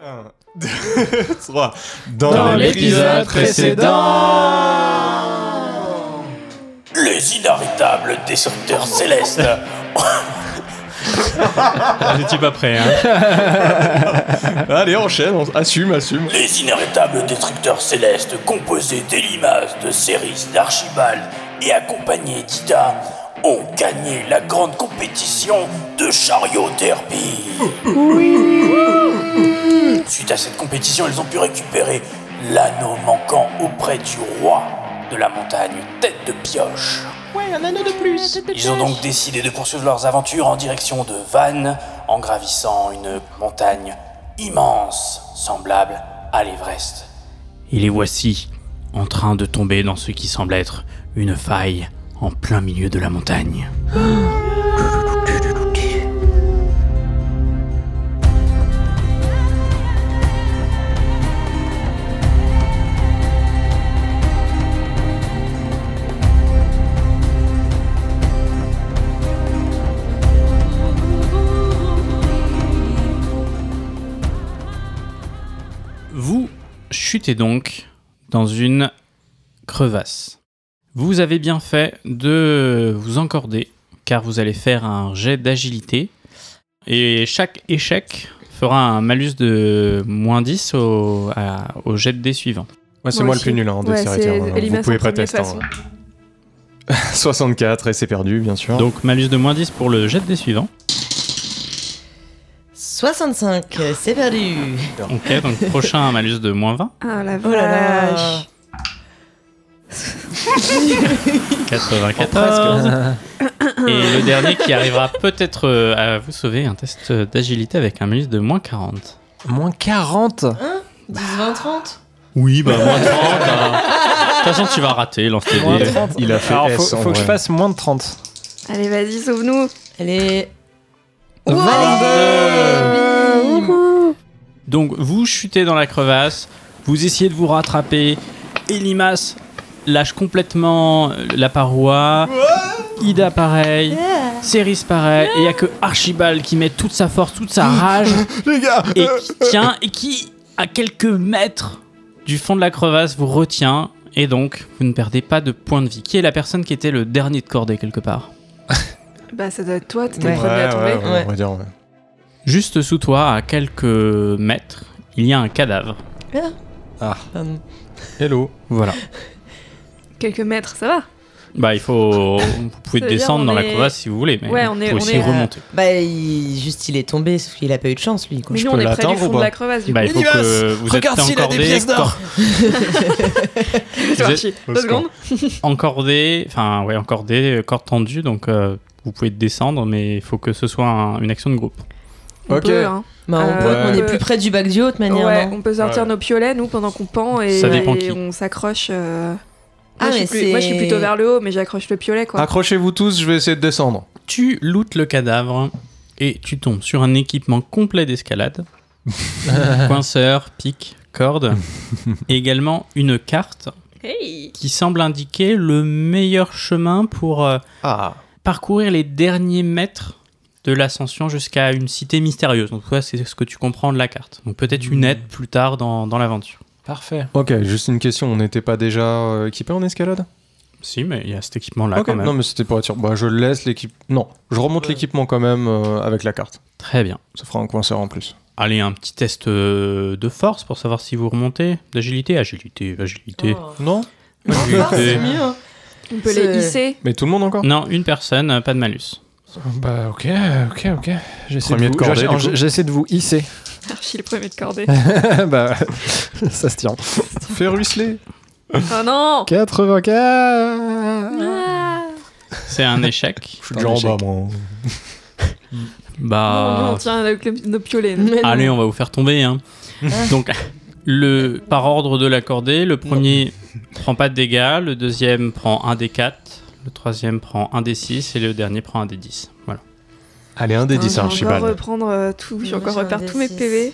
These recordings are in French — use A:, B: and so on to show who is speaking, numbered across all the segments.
A: 1, 2, 3. Dans,
B: Dans
C: l'épisode
B: précédent
D: Les inarrêtables descendeurs célestes.
A: J'étais pas prêt. hein. Allez, enchaîne, on- assume, assume.
D: Les inarrêtables destructeurs célestes composés d'Elimas, de Céris, d'Archibald et accompagnés d'Ida ont gagné la grande compétition de chariot derby. Suite à cette compétition, ils ont pu récupérer l'anneau manquant auprès du roi de la montagne Tête de Pioche. Ils ont donc décidé de poursuivre leurs aventures en direction de Vannes en gravissant une montagne immense, semblable à l'Everest. Et les voici en train de tomber dans ce qui semble être une faille en plein milieu de la montagne.
C: Vous chutez donc dans une crevasse. Vous avez bien fait de vous encorder, car vous allez faire un jet d'agilité. Et chaque échec fera un malus de moins 10 au, à- au jet de dés suivant.
A: Ouais, c'est
B: Moi
A: moi, le
B: aussi.
A: plus nul hein, de
B: Ouais,
A: ces
B: c'est
A: retiens, hein.
B: Elimas
A: Vous pouvez
B: en
A: pas
B: premier,
A: tester. hein.
B: de toute
A: 64 et c'est perdu, bien sûr.
C: Donc malus de moins 10 pour le jet de dés suivant.
E: 65, euh, c'est perdu.
C: Ok, donc prochain un malus de moins 20,
B: Ah la
E: Oh là là.
B: vache.
C: 94. Et le dernier qui arrivera peut-être euh, à vous sauver un test d'agilité avec un malus de moins 40.
F: Moins 40
E: 10, 20, 30.
C: Oui, bah moins 30. hein. De toute façon, tu vas rater, lance tes
F: Moins
C: dés.
F: 30
A: Il a fait
F: Alors,
A: S,
F: faut,
A: en
F: faut que
A: vrai.
F: je fasse moins de 30.
B: Allez, vas-y, sauve-nous.
E: Elle est.
B: Euh.
C: Donc, vous chutez dans la crevasse, vous essayez de vous rattraper, et Limas lâche complètement euh, la paroi, Ida pareil, Ceris pareil, et il n'y a que Archibald qui met toute sa force, toute sa rage,
A: Les gars euh,
C: et qui tient, et qui, à quelques mètres du fond de la crevasse, vous retient, et donc, vous ne perdez pas de points de vie. Qui est la personne qui était le dernier de cordée, quelque part
B: Bah, ça doit être toi, t'étais
E: Ouais.
B: le
A: Ouais,
B: premier à tomber.
A: ouais, ouais,
E: Ouais.
A: on va dire, ouais.
C: Juste sous toi, à quelques mètres, il y a un cadavre.
E: Pardon.
A: Hello.
C: Voilà.
B: Quelques mètres, ça va
C: Bah, il faut. Vous pouvez
B: Ça veut dire
C: descendre
B: on
C: dans la
B: est-
C: crevasse si vous voulez, mais
B: Ouais, on
C: vous
B: est-
C: pouvez
B: on
C: aussi
B: est, euh,
C: remonter.
E: Bah, il- juste il est tombé, sauf qu'il a pas eu de chance lui. Quoi.
B: Mais
A: je
B: nous,
A: peux
B: on est près du
A: l'atteindre ou
B: fond de
A: pas
B: la crevasse, du coup.
C: Bah, il faut que vous êtes
F: Regarde s'il a des
C: encordé,
F: pièces d'or.
B: C'est
C: vous
B: parti. Deux secondes.
C: encordé, enfin ouais, encordé, corde tendue, donc euh, vous pouvez descendre, mais il faut que ce soit un- une action de groupe.
B: On
A: Ok.
B: peut, hein.
E: Bah, on,
B: Euh,
E: peut- on
B: ouais.
E: est plus près du bac du haut de toute manière.
B: Ouais,
E: non
B: on peut sortir
A: Ouais.
B: nos piolets, nous, pendant qu'on pend et,
C: Ça dépend
B: et
C: qui.
B: on s'accroche. euh,
E: Ah,
B: moi, je
E: mais
B: suis plus- moi, je suis
E: c'est-
B: plutôt vers le haut, mais j'accroche le piolet, quoi.
A: Accrochez-vous tous, je vais essayer de descendre.
C: Tu lootes le cadavre et tu tombes sur un équipement complet d'escalade coinceur, pic, corde, et également une carte
B: Hey
C: qui semble indiquer le meilleur chemin pour. euh,
A: Ah.
C: parcourir les derniers mètres de l'ascension jusqu'à une cité mystérieuse. Donc toi, c'est ce que tu comprends de la carte. Donc peut-être une aide plus tard dans, dans l'aventure.
F: Parfait.
A: Ok, juste une question, on n'était pas déjà euh, équipé en escalade
C: Si, mais il y a cet équipement-là
A: Ok,
C: Bah, quand même.
A: non mais c'était pour être sûr. Bah, je laisse l'équipe. Non, je remonte l'équipement quand même euh, avec la carte.
C: Très bien.
A: Ça fera un coinceur en plus.
C: Allez, un petit test euh, de force pour savoir si vous remontez. D'agilité, agilité, agilité.
E: Oh.
A: Non
E: Ah, c'est
C: agilité.
E: mieux. hein.
B: On peut
E: C'est-
B: les hisser.
A: Mais tout le monde encore
C: Non, une personne, euh, pas de malus.
F: Bah ok, ok, ok. J'essaie
A: Premier
F: de,
A: de
F: vous-
A: cordée,
F: j'essaie-
A: du coup.
F: j'essaie de vous hisser.
B: Archie, le premier de cordée.
F: bah ça se tient.
A: Fais ruisseler
B: oh non
F: 84
B: Ah.
C: C'est un échec.
A: Je suis
F: Dans
A: déjà en
F: l'échec.
A: bas, moi.
C: Bah.
B: Ah. Non, nous, on tient avec le- nos piolets. nous.
E: Mais non.
C: Allez, on va vous faire tomber. Hein. Donc, le, par ordre de l'accordé, le premier prend pas de dégâts, le deuxième prend un des 4, le troisième prend un des 6 et le dernier prend un des 10. Voilà.
A: Allez, un des hein,
B: Ah,
A: 10,
B: je vais encore
A: Archibald.
B: reprendre euh, tout, je vais
E: Moi,
B: encore
E: j'ai un
B: reperdre
E: D6.
B: tous mes PV.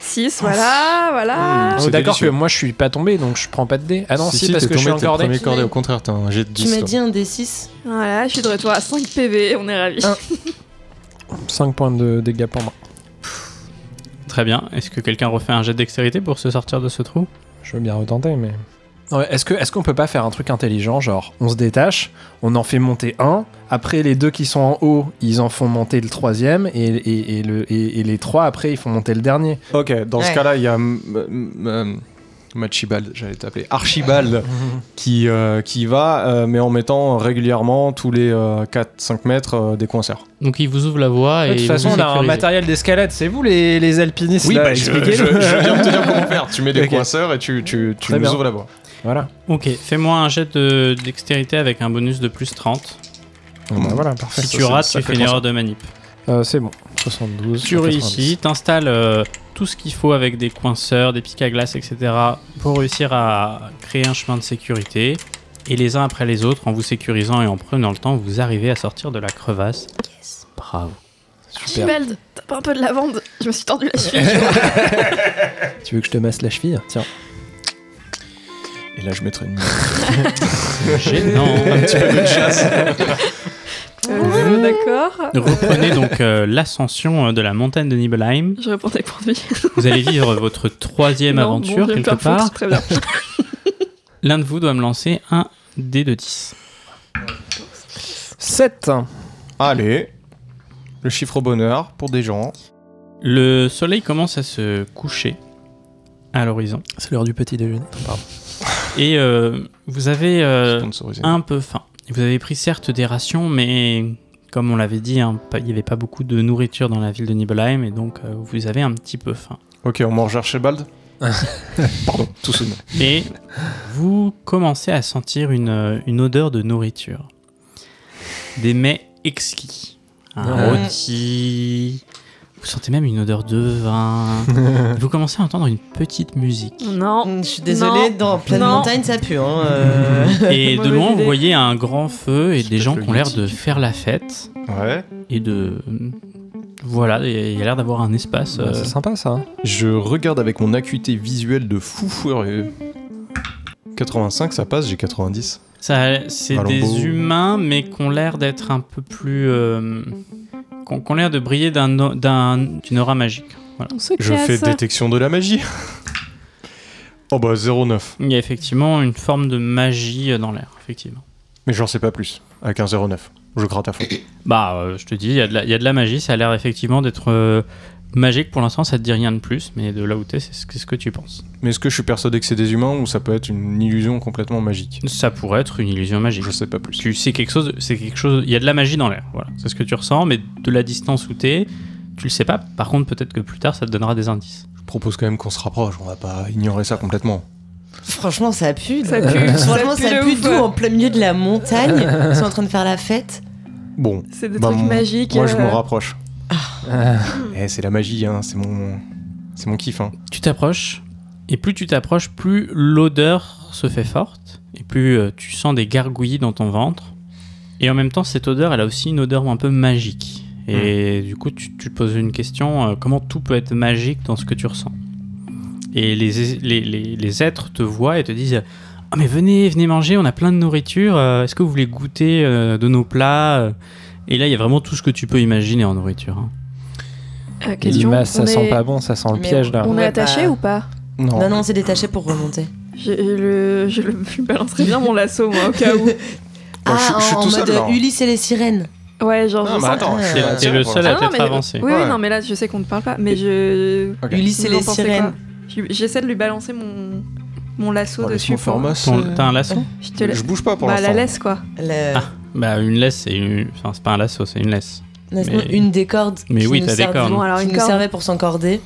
B: 6, voilà, voilà.
A: Mmh.
F: On
A: C'est
F: est d'accord que
A: délicieux.
F: moi je suis pas tombé donc je prends pas de dés. Ah non si, parce que je suis encordé.
A: premier cordé, au contraire, t'as un jet de 10.
E: Tu m'as
A: toi.
E: dit un D6
B: Voilà, je suis de retour à 5
A: Ah,
B: PV, on est ravis.
E: Un.
F: 5 points de dégâts pour moi.
C: Très bien. Est-ce que quelqu'un refait un jet de dextérité pour se sortir de ce trou
F: Je veux bien retenter, mais. Non, mais est-ce que est-ce qu'on peut pas faire un truc intelligent, genre on se détache, on en fait monter un, après les deux qui sont en haut, ils en font monter le troisième, et, et, et le, et, et les trois après ils font monter le dernier.
A: Ok, dans ce
E: Ouais.
A: cas-là, il y a M- M- M- Machibald, j'allais t'appeler, Archibald,
B: Mmh.
A: qui, euh, qui va, euh, mais en mettant régulièrement tous les 4-5 mètres euh, des concerts.
C: Donc il vous ouvre la voie et
F: de toute
C: il
F: façon,
C: vous
F: on a un
C: sécurise.
F: matériel d'escalade, c'est vous les, les alpinistes là,
A: bah,
B: bah,
F: expliquez-nous.
A: viens de te dire comment faire. Tu mets des
F: Ok.
A: coinceurs et tu, tu, tu
F: Très
A: nous
F: bien.
A: ouvres la voie.
F: Voilà.
C: Ok, fais-moi un jet de dextérité avec un bonus de plus 30.
F: Bon, bah, voilà, parfait.
C: Si
A: ça,
C: tu
A: c'est
C: rates,
A: ça
C: tu
A: fait
C: fais une erreur de manip.
F: Euh, c'est bon. 72.
C: Tu réussis, t'installes euh, tout ce qu'il faut avec des coinceurs, des pics à glace, etc. pour réussir à créer un chemin de sécurité. Et les uns après les autres, en vous sécurisant et en prenant le temps, vous arrivez à sortir de la crevasse. Bravo.
F: Super.
B: Archibald, t'as pas un peu de lavande Je me suis tordue la cheville.
F: Tu veux que je te masse la cheville Tiens.
A: Et là, je mettrai une
C: Gênant.
B: Euh, D'accord.
C: Reprenez donc euh, l'ascension euh, de la montagne de Nibelheim.
B: Je réponds avec conduit.
C: Vous allez vivre votre troisième
B: Non, bon,
C: aventure
B: je vais me
C: quelque
B: faire
C: part.
B: foutre, Très bien.
C: L'un de vous doit me lancer un dé de 10.
F: 7.
A: Allez, le chiffre au bonheur pour des gens.
C: Le soleil commence à se coucher à l'horizon.
F: C'est l'heure du petit déjeuner.
C: Et euh, vous avez euh,
A: sponsorisés.
C: un peu faim. Vous avez pris certes des rations, mais comme on l'avait dit, hein, pas- il n'y avait pas beaucoup de nourriture dans la ville de Nibelheim, et donc euh, vous avez un petit peu faim.
A: Ok, on mange Archibald. Pardon, tout soudain.
C: Et vous commencez à sentir une, euh, une odeur de nourriture. Des mets exquis. Un
F: Ouais.
C: rôti. Vous sentez même une odeur de vin. vous commencez à entendre une petite musique.
B: Non.
E: Je suis désolée, dans pleine
B: Non.
E: montagne ça pue. Hein, euh.
C: Et de
B: Mauvaise
C: loin, vous
B: idée.
C: voyez un grand feu et
A: Ça
C: des
A: peut
C: gens
A: être
C: qui ont l'air
A: le
C: de faire la fête.
A: Ouais.
C: Et de. Voilà, et il y a l'air d'avoir un espace. euh,
F: Bah, C'est sympa ça.
A: Je regarde avec mon acuité visuelle de fou furieux. 85, ça passe, j'ai 90.
C: Ça, c'est
A: Valombo.
C: des humains, mais qui ont l'air d'être un peu plus. euh, qui ont, qui ont l'air de briller d'un o- d'un- d'une aura magique.
B: On se
A: Je fais
B: casse.
A: détection de la magie. oh bah 09.
C: Il y a effectivement une forme de magie euh, dans l'air, effectivement.
A: Mais j'en sais pas plus. Avec un 09. Je gratte à fond.
C: Bah, euh, je te dis, il y, a de la- il y a de la magie, ça a l'air effectivement d'être euh, magique. Pour l'instant, ça te dit rien de plus, mais de là où t'es, c'est ce, que- ce que tu penses.
A: Mais est-ce que je suis persuadé que c'est des humains ou ça peut être une illusion complètement magique
C: Ça pourrait être une illusion magique.
A: Je sais pas plus.
C: Tu sais quelque chose, c'est quelque chose. Il y a de la magie dans l'air, voilà. C'est ce que tu ressens, mais de la distance où t'es, tu le sais pas. Par contre, peut-être que plus tard, ça te donnera des indices.
A: Je propose quand même qu'on se rapproche, on va pas ignorer ça complètement.
E: Franchement, ça pue.
B: Ça pue, ça
E: Franchement,
B: pue
E: ça
B: de
E: pue
B: ouf.
E: d'où en plein milieu de la montagne. Ils sont en train de faire la fête.
A: Bon,
B: C'est des
A: Bah,
B: trucs
A: mon-
B: magiques.
A: moi je me
B: euh, hmm.
A: rapproche.
F: hein.
A: Eh, c'est la magie, hein, c'est mon... C'est mon kiff, hein.
C: Tu t'approches, et plus tu t'approches, plus l'odeur se fait forte, et plus euh, tu sens des gargouillis dans ton ventre. Et en même temps, cette odeur, elle a aussi une odeur un peu magique. Et du coup, tu, tu te poses une question, euh, comment tout peut être magique dans ce que tu ressens Et les, les, les- les êtres te voient et te disent, ah mais venez, venez manger, on a plein de nourriture, euh, est-ce que vous voulez goûter euh, de nos plats Et là, il y a vraiment tout ce que tu peux imaginer en nourriture. hein.
B: euh,
F: Les
B: question.
F: masses, ça
B: on
F: sent
B: est-
F: pas bon, ça sent le
E: Mais
F: piège là.
B: On est
E: Ouais,
B: attaché
E: bah-
B: ou pas
A: Non.
E: Non, non, on s'est détaché pour remonter.
B: Je le, je le je balancerai bien mon lasso, moi, au cas où.
A: Bah, je-
E: ah,
A: je suis
E: en, en
A: tout
E: mode
A: seul, là.
E: Ulysse et les sirènes.
B: Ouais, genre. je
A: Non, mais
B: sens-
A: Ah, bah,
B: Ah,
A: attends, je suis
E: T'es-
A: là,
C: t'es
A: tiens,
C: le
A: pour
C: seul
A: l'instant.
C: à- peut-être
B: mais...
C: avancé.
B: Oui, oui,
A: Ouais.
B: non, mais là, je sais qu'on ne parle pas, mais je.
A: Ok.
E: Ulysse et
B: Vous en
E: les
B: pensez
E: sirènes.
B: quoi Je- J'essaie de lui balancer mon, mon lasso
A: Oh,
B: dessus.
A: laisse-moi faire
B: pour-
A: ma
C: Ton-
A: scène.
C: T'as un lasso
B: Je te la...
A: Je bouge pas pour
B: Bah, la
A: l'instant.
B: laisse, quoi.
E: Le-
C: Ah. Bah une laisse, c'est une... enfin c'est pas un lasso, c'est une laisse.
E: National-
C: mais-
E: Une des cordes.
C: mais
E: qui
C: oui,
E: nous
C: t'as des
E: servait-
C: cordes.
B: Bon, alors,
E: Qui
B: une
E: nous
B: corde.
E: servait pour s'encorder.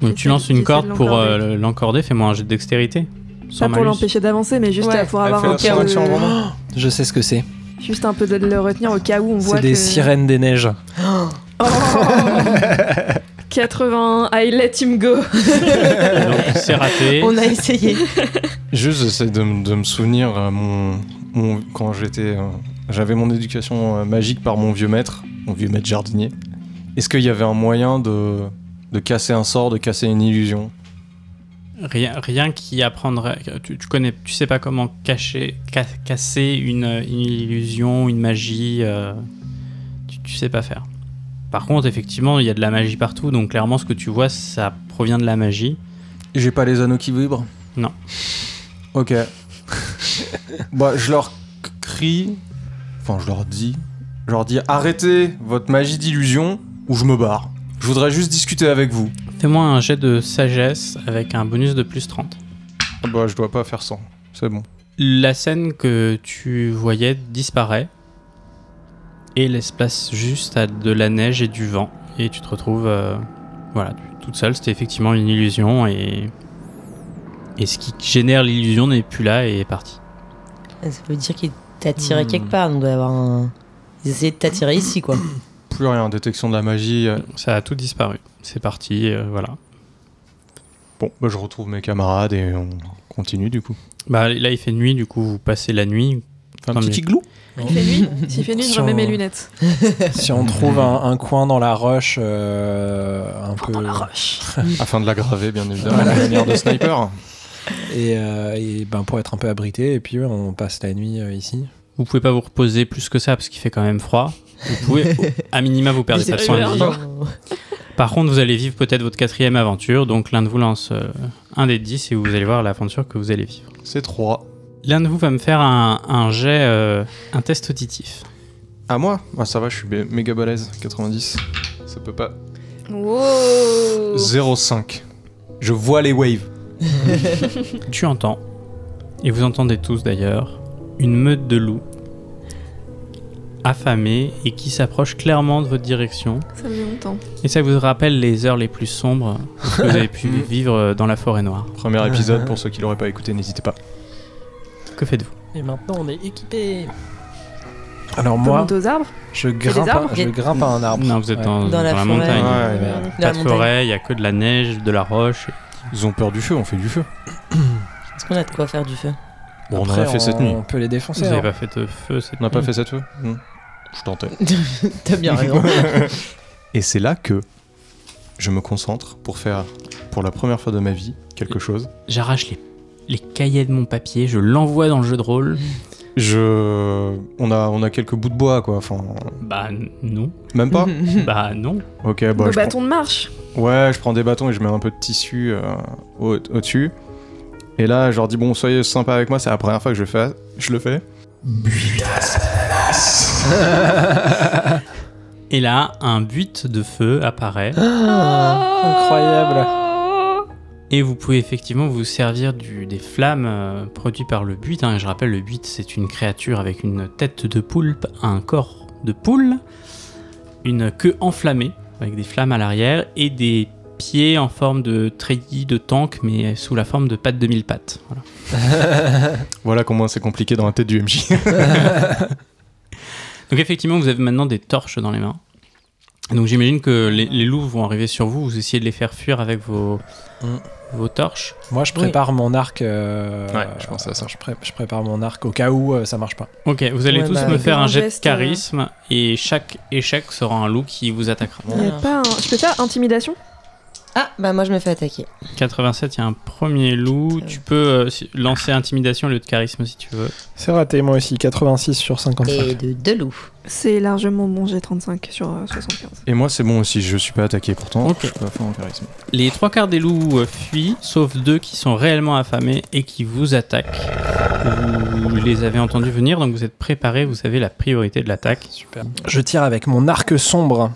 C: Donc tu lances une
B: J'essaie de
C: corde pour
B: l'encorder.
C: euh, l'encorder, fais-moi un jet de dextérité. Sans
B: Pas pour
C: malus.
B: l'empêcher d'avancer, mais juste
E: Ouais.
B: euh, pour
A: Elle
B: avoir
A: fait
B: un
A: la
B: peu
A: sensation
B: de-
A: au moment.
F: Je sais ce que c'est.
B: Juste un peu de le retenir au cas où on voit.
F: C'est des
B: que...
F: sirènes des neiges.
B: Oh 80, I let him go.
C: Donc c'est raté.
E: On a essayé.
A: Juste, j'essaie de, m- de me souvenir euh, mon, mon- quand j'étais. euh, J'avais mon éducation euh, magique par mon vieux maître, mon vieux maître jardinier. Est-ce qu'il y avait un moyen de, de casser un sort, de casser une illusion
C: Rien, rien qui apprendrait. Tu, tu connais, tu sais pas comment cacher, ca- casser une, une illusion, une magie. euh, tu, tu sais pas faire. Par contre, effectivement, il y a de la magie partout, donc clairement, ce que tu vois, ça provient de la magie.
A: J'ai pas les anneaux qui vibrent
C: Non.
A: Ok. bah, je leur crie, enfin, je leur dis, je leur dis arrêtez votre magie d'illusion ou je me barre. Je voudrais juste discuter avec vous.
C: Fais-moi un jet de sagesse avec un bonus de plus 30.
A: Ah Bah, je dois pas faire ça. C'est bon.
C: La scène que tu voyais disparaît et laisse place juste à de la neige et du vent. Et tu te retrouves euh, voilà, tu- toute seule. C'était effectivement une illusion et, et ce qui génère l'illusion n'est plus là et est parti.
E: Ah, Ça veut dire qu'il t'a tiré
A: Hmm.
E: quelque part, donc il doit y avoir un. Ils essayaient de t'attirer ici, quoi.
A: Plus rien, détection de la magie. euh,
C: Ça a tout disparu. C'est parti, euh, voilà.
A: Bon, bah, je retrouve mes camarades et on continue du coup.
C: Bah, là, il fait nuit, du coup, vous passez la nuit.
A: Fais un
C: Tant
A: petit
C: mieux.
A: igloo
B: Il fait nuit. S'il fait nuit, je
F: Sur-
B: remets mes lunettes.
F: Si on trouve un, un coin dans la roche, euh, un peu.
A: afin de l'aggraver, bien évidemment, à la manière de sniper.
F: Et, euh, et ben pour être un peu abrité, et puis ouais, on passe la nuit euh, ici.
C: Vous pouvez pas vous reposer plus que ça parce qu'il fait quand même froid. Vous pouvez, à minima, vous perdez
E: Ils
C: pas de
E: étaient
C: points de
B: peur,
C: vie.
B: non.
C: Par contre, vous allez vivre peut-être votre quatrième aventure. Donc, l'un de vous lance euh, un des 10 et vous allez voir l'aventure que vous allez vivre.
A: C'est 3.
C: L'un de vous va me faire un, un jet, euh, un test auditif.
A: À moi Ah, ça va, je suis bé- méga balèze. 90. Ça peut pas.
B: Wow.
A: 0,5. Je vois les waves.
C: Tu entends, et vous entendez tous d'ailleurs, une meute de loups affamés et qui s'approche clairement de votre direction.
B: Ça faisait longtemps.
C: Et ça vous rappelle les heures les plus sombres que vous avez pu vivre dans la forêt noire.
A: Premier épisode, pour ceux qui l'auraient pas écouté, n'hésitez pas.
C: Que faites-vous
G: Et maintenant, on est équipé.
F: Alors
B: Moi.
F: moi,
B: Monter aux arbres.
A: Bah,
F: je grimpe,
B: arbres
F: à, je grimpe à un arbre.
C: Non, vous êtes dans,
E: Dans la
C: dans
E: forêt.
C: la
A: Ouais,
C: montagne.
E: Dans
C: Pas
E: la
C: de
E: montagne.
C: forêt, il n'y a que de la neige, de la roche.
A: Ils ont peur du feu, on fait du feu.
E: Est-ce qu'on a de quoi faire du feu
A: Bon, on en
F: Après,
A: a fait cette nuit.
F: On peut les défoncer.
C: Vous n'avez
F: hein.
C: pas fait de feu cette
A: On n'a pas
C: nuit.
A: fait cette feu Non. Je tentais.
E: T'as bien raison.
A: Et c'est là que je me concentre pour faire, pour la première fois de ma vie, quelque chose.
C: J'arrache les, les cahiers de mon papier, je l'envoie dans le jeu de rôle.
A: Je. On a, on a quelques bouts de bois, quoi. Enfin.
C: Bah n- non.
A: Même pas
C: Bah non.
A: Ok, bah.
B: Nos
A: je prends-
B: bâtons de marche.
A: Ouais, je prends des bâtons et je mets un peu de tissu euh, au- au-dessus. et là, je leur dis, bon, soyez sympa avec moi, c'est la première fois que je, fais, je le fais.
C: Et là, un buit de feu apparaît
F: Ah,
G: Ah.
F: Incroyable.
B: Oh.
C: et vous pouvez effectivement vous servir du- des flammes euh, produites par le buit. hein. Je rappelle, le buit, c'est une créature avec une tête de poulpe, un corps de poule, une queue enflammée avec des flammes à l'arrière et des pieds en forme de treillis de tank mais sous la forme de pattes de mille pattes. Voilà.
A: Voilà comment c'est compliqué dans la tête du MJ.
C: Donc effectivement, vous avez maintenant des torches dans les mains. Donc j'imagine que les, les loups vont arriver sur vous, vous essayez de les faire fuir avec vos,
F: Mm.
C: vos torches.
F: Moi, je prépare mon arc. euh,
A: Ouais, je pense à ça.
F: Je, pré- je prépare mon arc au cas où euh, ça marche pas.
C: Ok, vous allez
E: Ouais,
C: tous
E: bah,
C: me faire
B: grand
C: un jet de
B: geste, euh.
C: charisme et chaque échec sera un loup qui vous attaquera.
B: Il y a pas un- Je peux faire intimidation
E: Ah, bah moi je me fais attaquer.
C: 87, il y a un premier loup.
E: Putain.
C: Tu peux euh, si- lancer intimidation au lieu de charisme si tu veux.
F: C'est raté, moi aussi. 86 sur 55.
E: Et de deux loups.
B: C'est largement bon, j'ai 35 sur euh, 75.
A: Et moi, c'est bon aussi, je suis pas attaqué pourtant.
C: Ok.
A: Je peux faire mon charisme.
C: Les trois quarts des loups euh, fuient, sauf deux qui sont réellement affamés et qui vous attaquent. Vous les avez entendus venir, donc vous êtes préparés, vous savez la priorité de l'attaque.
F: Super. Je tire avec mon arc sombre.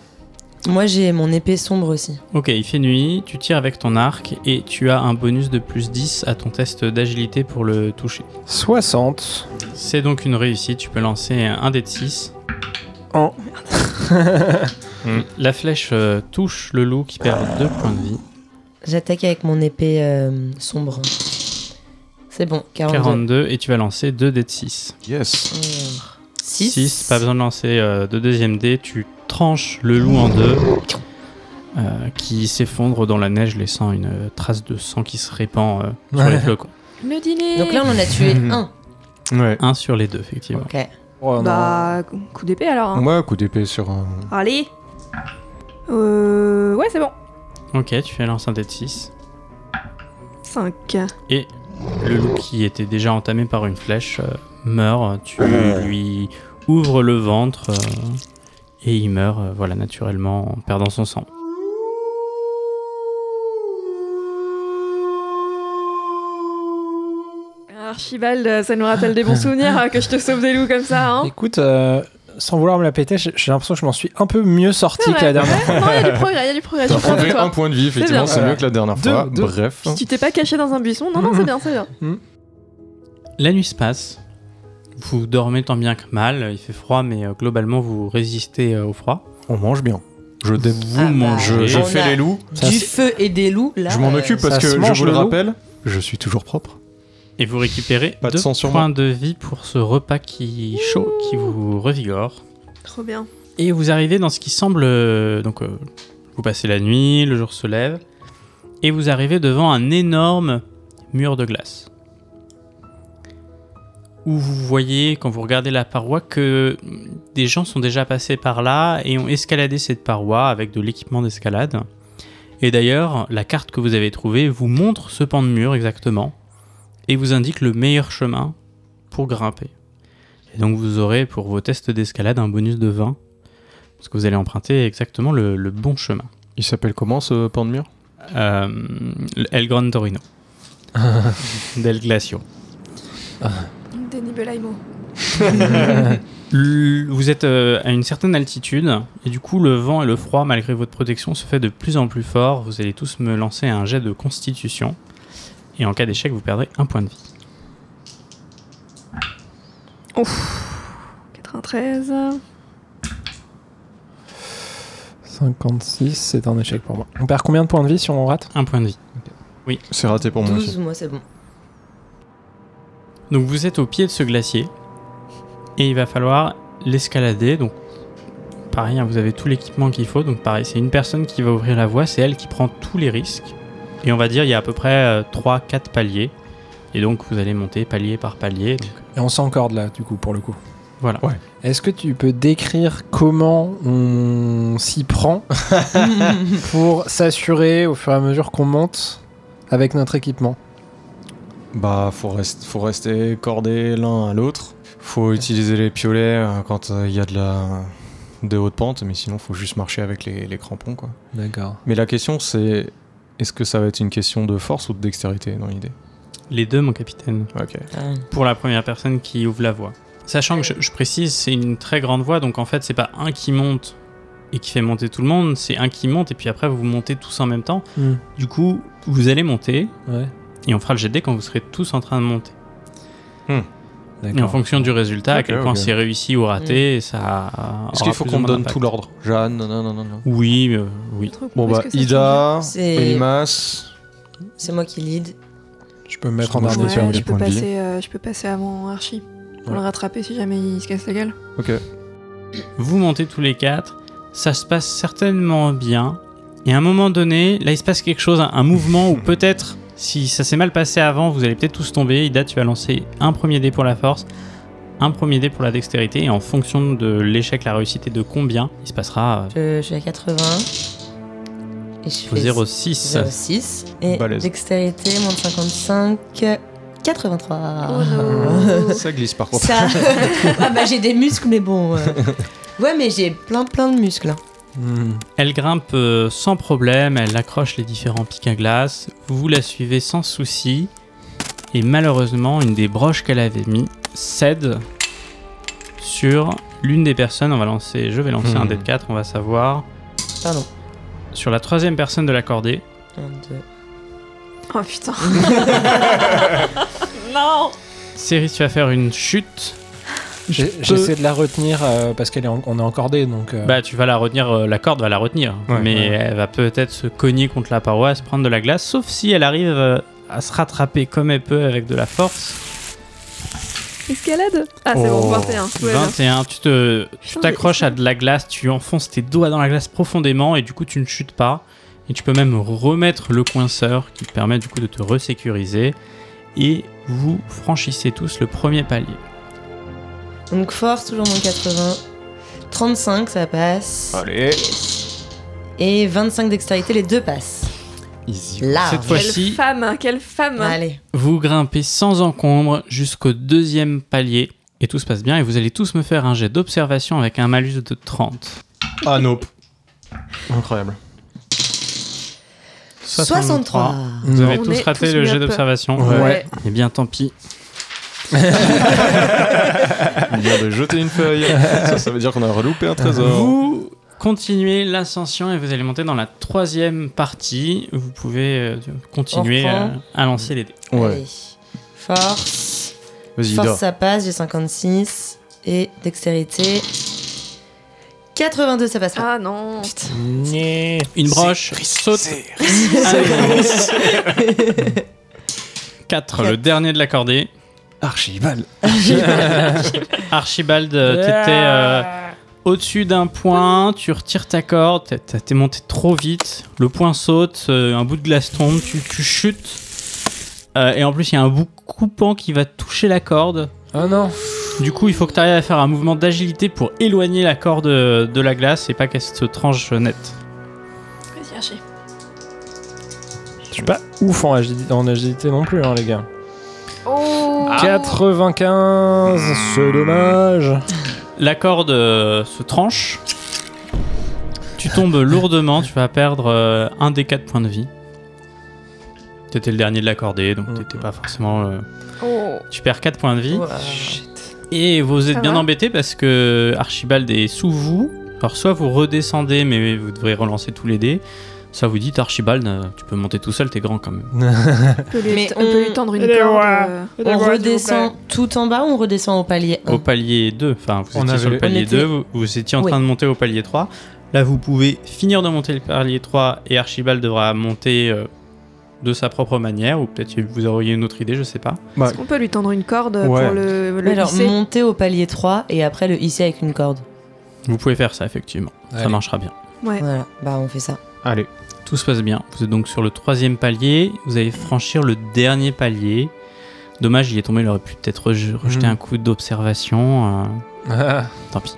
E: Moi j'ai mon épée sombre aussi.
C: Ok, il fait nuit, tu tires avec ton arc et tu as un bonus de plus 10 à ton test d'agilité pour le toucher.
F: 60.
C: C'est donc une réussite, tu peux lancer un dé de 6.
F: Oh.
C: La flèche euh, touche le loup qui perd 2 points de vie.
E: J'attaque avec mon épée euh, sombre. C'est bon, 42.
C: 42 et tu vas lancer 2 dés de 6.
A: Yes.
E: 6.
C: 6, pas besoin de lancer euh, de deuxième dé, tu tranches le loup en deux euh, qui s'effondre dans la neige laissant une euh, trace de sang qui se répand euh, sur les flocons.
B: Le dîner
E: Donc là on en a tué un.
A: Ouais.
C: Un sur les deux effectivement.
E: Ok.
F: Oh, non.
B: Bah, coup d'épée alors. hein.
A: Ouais, coup d'épée sur un.
B: Allez Euh. Ouais, c'est bon.
C: Ok, tu fais lancer un dé de 6.
B: 5.
C: Et le loup qui était déjà entamé par une flèche euh, meurt. Tu lui ouvres le ventre euh, Et il meurt, euh, voilà, naturellement, en perdant son sang.
B: Archibald, euh, ça nous rappelle des bons souvenirs euh, que je te sauve des loups comme ça, hein
F: Écoute, euh, sans vouloir me la péter, j'ai j'ai l'impression que je m'en suis un peu mieux sorti
B: C'est
F: que
B: vrai.
F: la dernière.
B: Ouais, Non, il y a du progrès, il y a du progrès. Je
A: T'as
B: suis fière de
A: prouvé un
B: toi.
A: point de vie, effectivement,
B: bien.
A: c'est mieux que la dernière
F: Deux,
A: fois.
F: deux.
A: Bref.
B: Si tu t'es pas caché dans un buisson, non, non, c'est bien, c'est bien.
C: La nuit se passe. Vous dormez tant bien que mal. Il fait froid, mais euh, globalement, vous résistez euh, au froid.
A: On mange bien. Je, dé-
C: Vous
E: Ah bah.
A: je,
C: mangez.
A: je
E: On
A: fais
E: a-
A: les loups.
F: Ça
E: du
F: se-
E: feu et des loups, là.
A: je m'en
E: euh,
A: occupe hein,
F: ça
A: parce
F: se
A: que, je
F: mange,
A: vous le
F: le loup.
A: rappelle, je suis toujours propre.
C: Et vous récupérez
A: Pas de
C: deux
A: sang sur
C: points de vie pour ce repas qui chaud, qui vous revigore.
B: Trop bien.
C: Et vous arrivez dans ce qui semble. euh, donc, euh, vous passez la nuit, le jour se lève, et vous arrivez devant un énorme mur de glace. Où vous voyez, quand vous regardez la paroi, que des gens sont déjà passés par là et ont escaladé cette paroi avec de l'équipement d'escalade. Et d'ailleurs, la carte que vous avez trouvée vous montre ce pan de mur exactement et vous indique le meilleur chemin pour grimper. Et donc vous aurez pour vos tests d'escalade un bonus de 20 parce que vous allez emprunter exactement le, le bon chemin.
A: Il s'appelle comment ce pan de mur
C: Euh, le El Gran Torino. Del Glacio.
B: Denis Belaimo.
C: L- Vous êtes euh, à une certaine altitude et du coup le vent et le froid malgré votre protection se fait de plus en plus fort. Vous allez tous me lancer un jet de constitution et en cas d'échec vous perdrez un point de vie.
B: 93.
F: 56, c'est un échec pour moi. On perd combien de points de vie si on rate
C: Un point de vie.
A: C'est raté pour moi aussi.
E: 12, moi, c'est bon.
C: Donc vous êtes au pied de ce glacier et il va falloir l'escalader. Donc pareil, hein, vous avez tout l'équipement qu'il faut. Donc pareil, c'est une personne qui va ouvrir la voie, c'est elle qui prend tous les risques. Et on va dire il y a à peu près 3-4 paliers. Et donc vous allez monter palier par palier. Donc,
F: Et on s'encorde là, du coup, pour le coup.
C: voilà.
F: Est-ce que tu peux décrire comment on s'y prend pour s'assurer au fur et à mesure qu'on monte avec notre équipement
A: Bah, faut, rest- faut rester cordé l'un à l'autre. Faut utiliser les piolets euh, quand euh, il y a de la de haute pente, mais sinon faut juste marcher avec les, les crampons quoi.
F: D'accord.
A: Mais la question c'est est-ce que ça va être une question de force ou de dextérité dans l'idée
C: Les deux, mon capitaine.
A: Ok.
E: Ah.
C: Pour la première personne qui ouvre la voie. Sachant que je, je précise, c'est une très grande voie. Donc en fait, c'est pas un qui monte et qui fait monter tout le monde. C'est un qui monte et puis après vous montez tous en même temps.
F: Hmm.
C: Du coup, vous allez monter.
F: Ouais.
C: Et on fera le GD quand vous serez tous en train de monter.
F: D'accord.
C: Et en fonction du résultat, à
A: Ok,
C: quel point
A: ok.
C: c'est réussi ou raté, ça. aura
A: Est-ce qu'il faut
C: plus
A: qu'on
C: ou
A: me
C: moins
A: donne
C: d'impact.
A: tout l'ordre Jeanne, non, non, non, non, non.
C: Oui, euh, oui.
A: Bon bah Ida,
E: C'est-
A: Elimas,
E: C'est moi qui lead.
F: Je peux me mettre en
A: Je
F: dernier.
A: Ouais,
F: tiens,
A: je
F: oui.
A: peux points de passer,
B: je peux passer avant Archie
F: pour Ouais.
B: le rattraper si jamais il se casse la gueule.
C: Vous montez tous les quatre, ça se passe certainement bien. Et à un moment donné, là, il se passe quelque chose, un, un mouvement où peut-être, si ça s'est mal passé avant, vous allez peut-être tous tomber. Ida, tu as lancé un premier dé pour la force, un premier dé pour la dextérité, et en fonction de l'échec, la réussite et de combien, il se passera
E: Je, je suis à 80. Et je
C: euh,
E: fais
C: 0,6.
E: 06. Et
A: Balèze.
E: dextérité, moins de 55. 83.
B: Oh non.
A: ça glisse par contre.
E: Ça. ah bah j'ai des muscles, mais bon. euh. Ouais, mais j'ai plein plein de muscles. hein.
F: Hmm.
C: Elle grimpe euh, sans problème, elle accroche les différents pics à glace, vous la suivez sans souci, et malheureusement, une des broches qu'elle avait mis cède sur l'une des personnes. On va lancer, je vais lancer
A: Hmm.
C: un dé de 4, on va savoir.
E: Pardon.
C: Sur la troisième personne de la cordée,
E: 1, 2.
B: Oh putain. non.
C: Céris, tu vas faire une chute.
F: J'ai- J'essaie de la retenir euh, parce qu'elle est en- on est encordé donc. euh,
C: Bah, tu vas la retenir, euh, la corde va la retenir,
A: Ouais,
C: mais
A: ouais.
C: elle va peut-être se cogner contre la paroi, se prendre de la glace, sauf si elle arrive euh, à se rattraper comme elle peut avec de la force.
B: Escalade. Ah c'est
A: Oh.
B: bon, 21. tout va bien.
C: 21, tu te, tu
B: Putain,
C: t'accroches
B: mais-
C: à de la glace, tu enfonces tes doigts dans la glace profondément et du coup tu ne chutes pas. Et tu peux même remettre le coinceur qui te permet du coup de te resécuriser. Et vous franchissez tous le premier palier.
E: Donc force, toujours moins de 80. 35, ça passe.
A: Allez,
E: Et 25 dextérité, les deux passent.
A: easy.
E: Là.
C: Cette
B: Quelle
C: Voici-
B: femme, hein, quelle femme.
E: Allez.
C: Vous grimpez sans encombre jusqu'au deuxième palier et tout se passe bien. Et vous allez tous me faire un jet d'observation avec un malus de 30.
A: Ah, nope. Incroyable.
E: 63.
C: Vous avez
B: On
C: tous
B: est
C: raté
B: tous
C: le
B: mis
C: jet
B: up.
C: d'observation.
F: Ouais.
C: Eh bien, tant pis.
A: Il vient de jeter une feuille. Ça, ça veut dire qu'on a reloupé un trésor.
C: Vous continuez l'ascension et vous allez monter dans la troisième partie. Vous pouvez euh, continuer
E: On
C: euh,
E: reprend.
C: à lancer les dés.
A: Ouais,
E: Allez. Force.
A: vas-y,
E: Force,
A: Ida.
E: ça passe. J'ai 56. Et dextérité. 82, ça passe pas.
B: Ah non.
C: Une broche saute.
D: C'est-
C: 4, le dernier de l'accordé.
A: Archibald.
C: Archibald, euh, t'étais euh, au-dessus d'un point, tu retires ta corde, t'es- t'es t'es monté trop vite, le point saute, euh, un bout de glace tombe, tu, tu chutes. Euh, et en plus, il y a un bout coupant qui va toucher la corde.
F: Ah non.
C: Du coup, il faut que tu arrives à faire un mouvement d'agilité pour éloigner la corde euh, de la glace et pas qu'elle se tranche euh, net.
B: Vas-y, Archie.
F: Je suis pas ouf en agilité, en agilité non plus, hein, les gars.
B: Oh
F: Ah. 95, c'est dommage.
C: La corde euh, se tranche. Tu tombes lourdement, tu vas perdre euh, un des quatre points de vie. T'étais le dernier de l'accorder, donc
F: Mhm.
C: t'étais pas forcément. euh,
B: Oh
C: Tu perds 4 points de vie.
E: Ouah.
C: Et vous êtes
B: Ça
C: bien
B: va
C: embêté parce que Archibald est sous vous. Alors, soit vous redescendez, mais vous devrez relancer tous les dés. Soit vous dites Archibald, euh, tu peux monter tout seul, t'es grand quand même.
B: On peut lui,
E: Mais
B: on peut lui
E: on-
B: tendre une
G: Allez,
B: corde.
G: ouais.
B: euh,
E: On redescend tout en bas ou on redescend au palier 1
C: Au palier 2, enfin vous
F: Hein On
C: étiez
F: avait
C: sur le
F: le-
C: palier
E: on était-
C: 2, vous, vous étiez en
E: Oui.
C: train de monter au palier 3. Là vous pouvez finir de monter le palier 3 et Archibald devra monter euh, de sa propre manière, ou peut-être vous auriez une autre idée, je sais pas.
F: Bah,
B: Est-ce qu'on peut lui tendre une corde
F: Ouais.
B: pour le, le
E: Mais alors,
B: hisser
E: monter au palier 3 et après le hisser avec une corde.
C: Vous pouvez faire ça effectivement, ça
F: Allez.
C: marchera bien.
B: Ouais.
E: Voilà, bah on fait ça.
A: Allez.
C: Tout se passe bien, vous êtes donc sur le troisième palier, vous allez franchir le dernier palier. Dommage, il est tombé, il aurait pu peut-être reje- rejeter
F: Mhm.
C: un coup d'observation. euh,
F: Ah.
C: tant pis.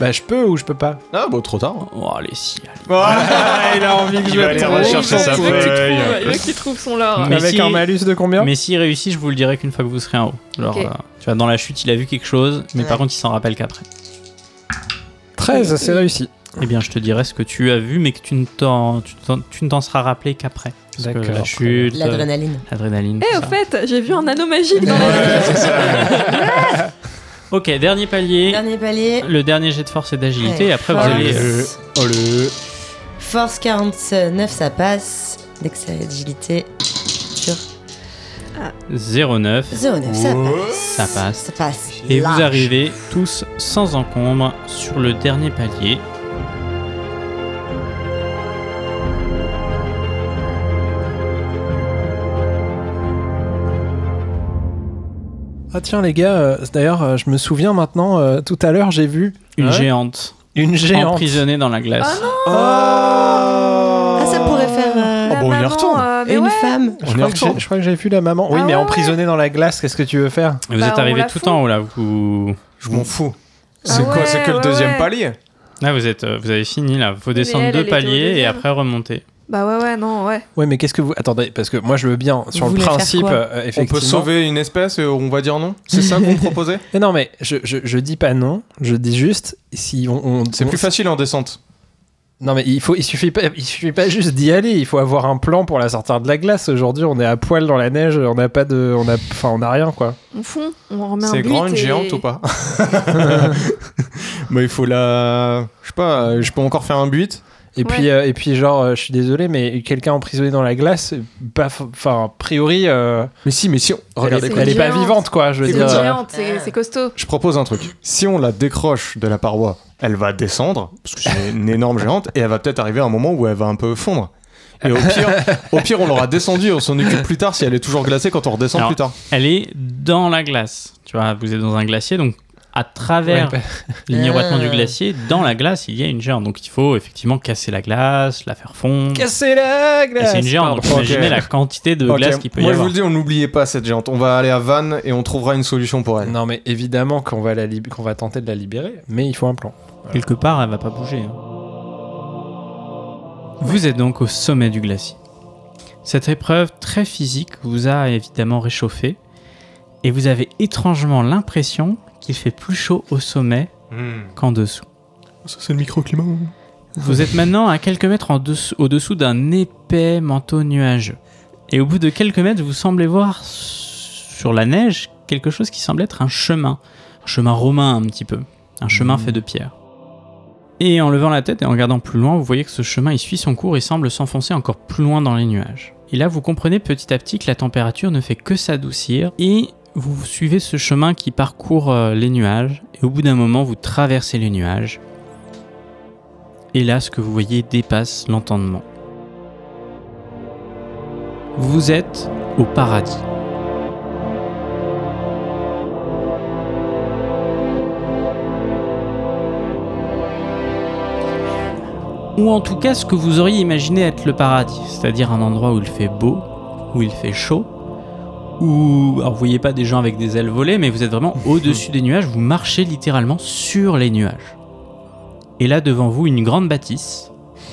F: bah, je peux ou je peux pas
A: Ah, bon, trop tard.
C: Oh, allez, si, allez.
A: il a envie que je
B: Il
F: va
B: veut-
F: chercher sa
B: il veut que tu trouves- il veut qu'il trouve son lore.
C: Mais
F: Avec
C: si-
F: un malus de combien
C: Mais s'il réussit, je vous le dirai qu'une fois que vous serez en haut. Alors,
B: Ok.
C: euh, tu vois, dans la chute, il a vu quelque chose, mais par
E: Ouais.
C: contre, il s'en rappelle qu'après.
F: 13, c'est réussi.
C: Eh bien, je te dirai ce que tu as vu, mais que tu ne t'en, tu t'en- tu ne t'en seras rappelé qu'après. Parce que
F: D'accord.
C: La chute, euh,
E: L'adrénaline.
C: l'adrénaline.
B: Eh,
C: tout ça.
B: au fait, j'ai vu un anneau magique dans la
C: Ok, dernier palier.
E: Dernier palier.
C: Le dernier jet de force et d'agilité.
E: Ouais.
C: Et après, vous
E: Force.
C: allez. euh,
F: Euh, Oh le.
E: Force 49, ça passe. Dextérité sur
C: 0,9.
E: 09, ça passe.
C: Ça passe.
E: Ça passe.
C: Et
E: Large.
C: vous arrivez tous sans encombre sur le dernier palier.
F: Ah tiens les gars, euh, d'ailleurs euh, je me souviens maintenant, euh, tout à l'heure j'ai vu
C: Une
F: Ouais.
C: géante
F: une géante.
C: emprisonnée dans la glace.
E: Ah, ça pourrait faire euh,
A: Oh, bon, on y retourne.
B: mais
E: une
B: ouais,
E: femme.
F: je, crois que j'ai- je crois que j'ai vu la maman. Oui
B: Ah
F: mais
B: ouais,
F: emprisonnée dans la glace, qu'est-ce que tu veux faire
C: Et vous
B: Bah,
C: êtes
B: on
C: arrivé
B: la
C: tout
B: fout.
C: en haut là. Vous,
A: Je m'en fous.
B: Ah
A: C'est quoi
B: ouais,
A: C'est que le
B: ouais,
A: deuxième
B: ouais.
A: palier
C: Là, vous êtes, euh, vous avez fini là. Faut
B: mais
C: descendre
B: elle,
C: deux
B: elle était au
C: paliers et
B: deuxième.
C: après remonter.
B: Bah ouais, ouais, non, ouais.
F: Ouais mais qu'est-ce que vous... Attendez, parce que moi je veux bien, sur
E: Vous
F: le
E: voulez faire
F: principe,
E: quoi
F: euh,
A: On peut
F: effectivement...
A: sauver une espèce et on va dire non C'est ça que vous me proposez
F: Mais non mais je, je, je dis pas non, je dis juste si on... on-
A: C'est
F: on-
A: plus facile en descente.
F: Non mais il, faut, il, suffit pas, il suffit pas juste d'y aller, il faut avoir un plan pour la sortir de la glace. Aujourd'hui on est à poil dans la neige, on n'a pas de... On a... Enfin on a rien quoi.
B: On fond, on remet un
A: C'est
B: but
A: grand une
B: et-
A: géante ou pas Mais il faut la. Je sais pas, euh, je peux encore faire un but.
F: Et puis, euh, et puis genre, euh, je suis désolé, mais quelqu'un emprisonné dans la glace, pas, f- enfin, a priori, euh,
A: Mais si, mais si, regardez
F: elle, est-
B: quoi.
F: elle est pas
B: Géante.
F: vivante, quoi. Je veux
B: C'est
F: dire,
B: une
F: euh,
B: géante, c'est c'est costaud.
A: Je propose un truc. Si on la décroche de la paroi, elle va descendre, parce que c'est une énorme géante, et elle va peut-être arriver à un moment où elle va un peu fondre. Et au pire, au pire on l'aura descendue, on s'en occupe plus tard si elle est toujours glacée quand on redescend
C: Alors,
A: plus tard.
C: Elle est dans la glace. Tu vois, vous êtes dans un glacier, donc à travers
F: Ouais,
C: les miroitements du
E: Ah.
C: glacier, dans la glace, il y a une géante. Donc il faut effectivement casser la glace, la faire fondre. Et
F: Casser la glace.
C: C'est une géante, donc
F: pardon.
C: imaginez
A: Ok.
C: la quantité de
A: Ok,
C: glace qu'il peut y
A: Moi
C: avoir.
A: je vous le dis, on n'oubliait pas cette géante. On va aller à Vannes et on trouvera une solution pour elle.
F: Non, mais évidemment qu'on va la lib- qu'on va tenter de la libérer, mais il faut un plan.
C: Quelque part, elle va pas bouger. hein. Vous êtes donc au sommet du glacier. Cette épreuve très physique vous a évidemment réchauffé et
A: Hmm.
C: vous avez étrangement l'impression qu'il fait plus chaud au sommet qu'en dessous.
H: Ça, c'est le microclimat. hein.
C: Vous êtes maintenant à quelques mètres en dessous- au-dessous d'un épais manteau nuageux. Et au bout de quelques mètres, vous semblez voir s- sur la neige quelque chose qui semble être un chemin. Un chemin romain un petit peu. Un
H: Hmm.
C: chemin fait de pierre. Et en levant la tête et en regardant plus loin, vous voyez que ce chemin il suit son cours et semble s'enfoncer encore plus loin dans les nuages. Et là, vous comprenez petit à petit que la température ne fait que s'adoucir et vous suivez ce chemin qui parcourt euh, les nuages. Et au bout d'un moment, vous traversez les nuages. Et là, ce que vous voyez dépasse l'entendement. Vous êtes au paradis. Ou en tout cas ce que vous auriez imaginé être le paradis, c'est-à-dire un endroit où il fait beau, où il fait chaud, où... Alors vous voyez pas des gens avec des ailes volées, mais vous êtes vraiment au-dessus des nuages, vous marchez littéralement sur les nuages. Et là devant vous une grande bâtisse,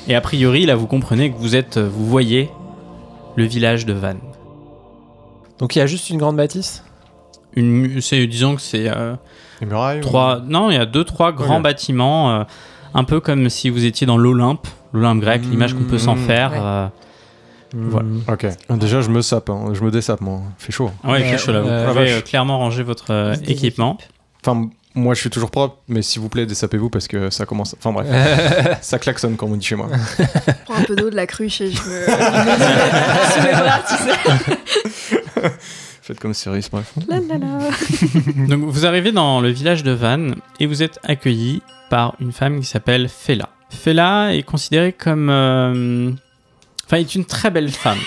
C: et a priori là vous comprenez que vous êtes, vous voyez le village de Vannes.
F: Donc il y a juste une grande bâtisse
C: Une, mu- c'est, disons que c'est euh,
A: Les murailles
C: trois, non, il y a deux, trois grands
A: Ok.
C: bâtiments, euh, un peu comme si vous étiez dans l'Olympe, l'Olympe grecque,
A: Mmh,
C: l'image qu'on peut s'en
A: mmh,
C: faire.
E: ouais.
C: euh, Voilà.
A: Ok. Déjà, je me sape, hein. je me désape, moi. Fait chaud.
C: Ah Ouais, il fait
E: Euh,
C: chaud, là. Vous
A: euh,
C: pouvez
A: vache.
C: euh, clairement ranger votre euh,
E: Des
C: équipement.
A: Enfin, m- moi, je suis toujours propre, mais s'il vous plaît, désapez-vous parce que ça commence. Enfin, bref. ça klaxonne, comme on dit chez moi.
B: Je prends un peu d'eau de la cruche et je me. je me mets sous les bras, tu sais.
A: Faites comme Cerise, bref.
B: La, la, la.
A: Mmh.
C: Donc vous arrivez dans le village de Vannes et vous êtes accueilli par une femme qui s'appelle Fela. Fela est considérée comme... euh, Enfin, est une très belle femme.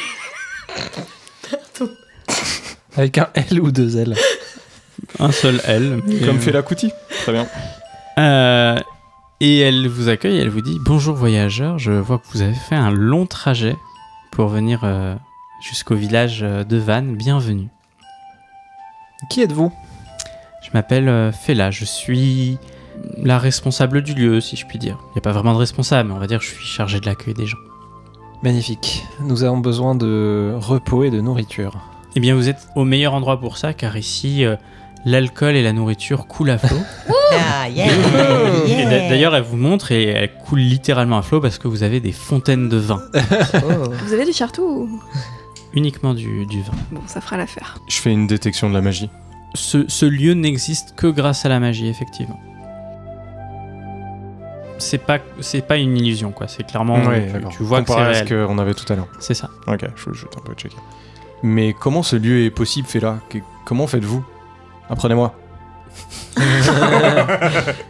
F: Avec un L ou deux L
C: Un seul elle. mais-
A: Mmh. Comme fait la Kuti. Très bien.
C: Euh, et elle vous accueille, elle vous dit Bonjour voyageur, je vois que vous avez fait un long trajet pour venir euh, jusqu'au village euh, de Vannes, bienvenue.
F: Qui êtes-vous
C: Je m'appelle euh, Fela, je suis la responsable du lieu, si je puis dire. Il n'y a pas vraiment de responsable, mais on va dire que je suis chargé de l'accueil des gens.
F: Magnifique. Nous avons besoin de repos et de nourriture.
C: Eh bien, vous êtes au meilleur endroit pour ça, car ici, euh, l'alcool et la nourriture coulent à flot.
E: Ah, yeah,
C: Et
E: yeah.
C: d'a- D'ailleurs, elle vous montre et elle coule littéralement à flot parce que vous avez des fontaines de vin,
E: Oh.
B: Vous avez du chartou ou-
C: uniquement du, du vin.
B: Bon, ça fera l'affaire.
A: Je fais une détection de la magie.
C: Ce, ce lieu n'existe que grâce à la magie, effectivement. C'est pas, c'est pas une illusion, quoi. C'est clairement. tu- tu, vois que c'est
A: Comparé à ce
C: réel.
A: qu'on avait tout à l'heure.
C: C'est ça.
A: Ok, je, je vais un peu checker. Mais comment ce lieu est possible, Fela Que- Comment faites-vous Apprenez-moi.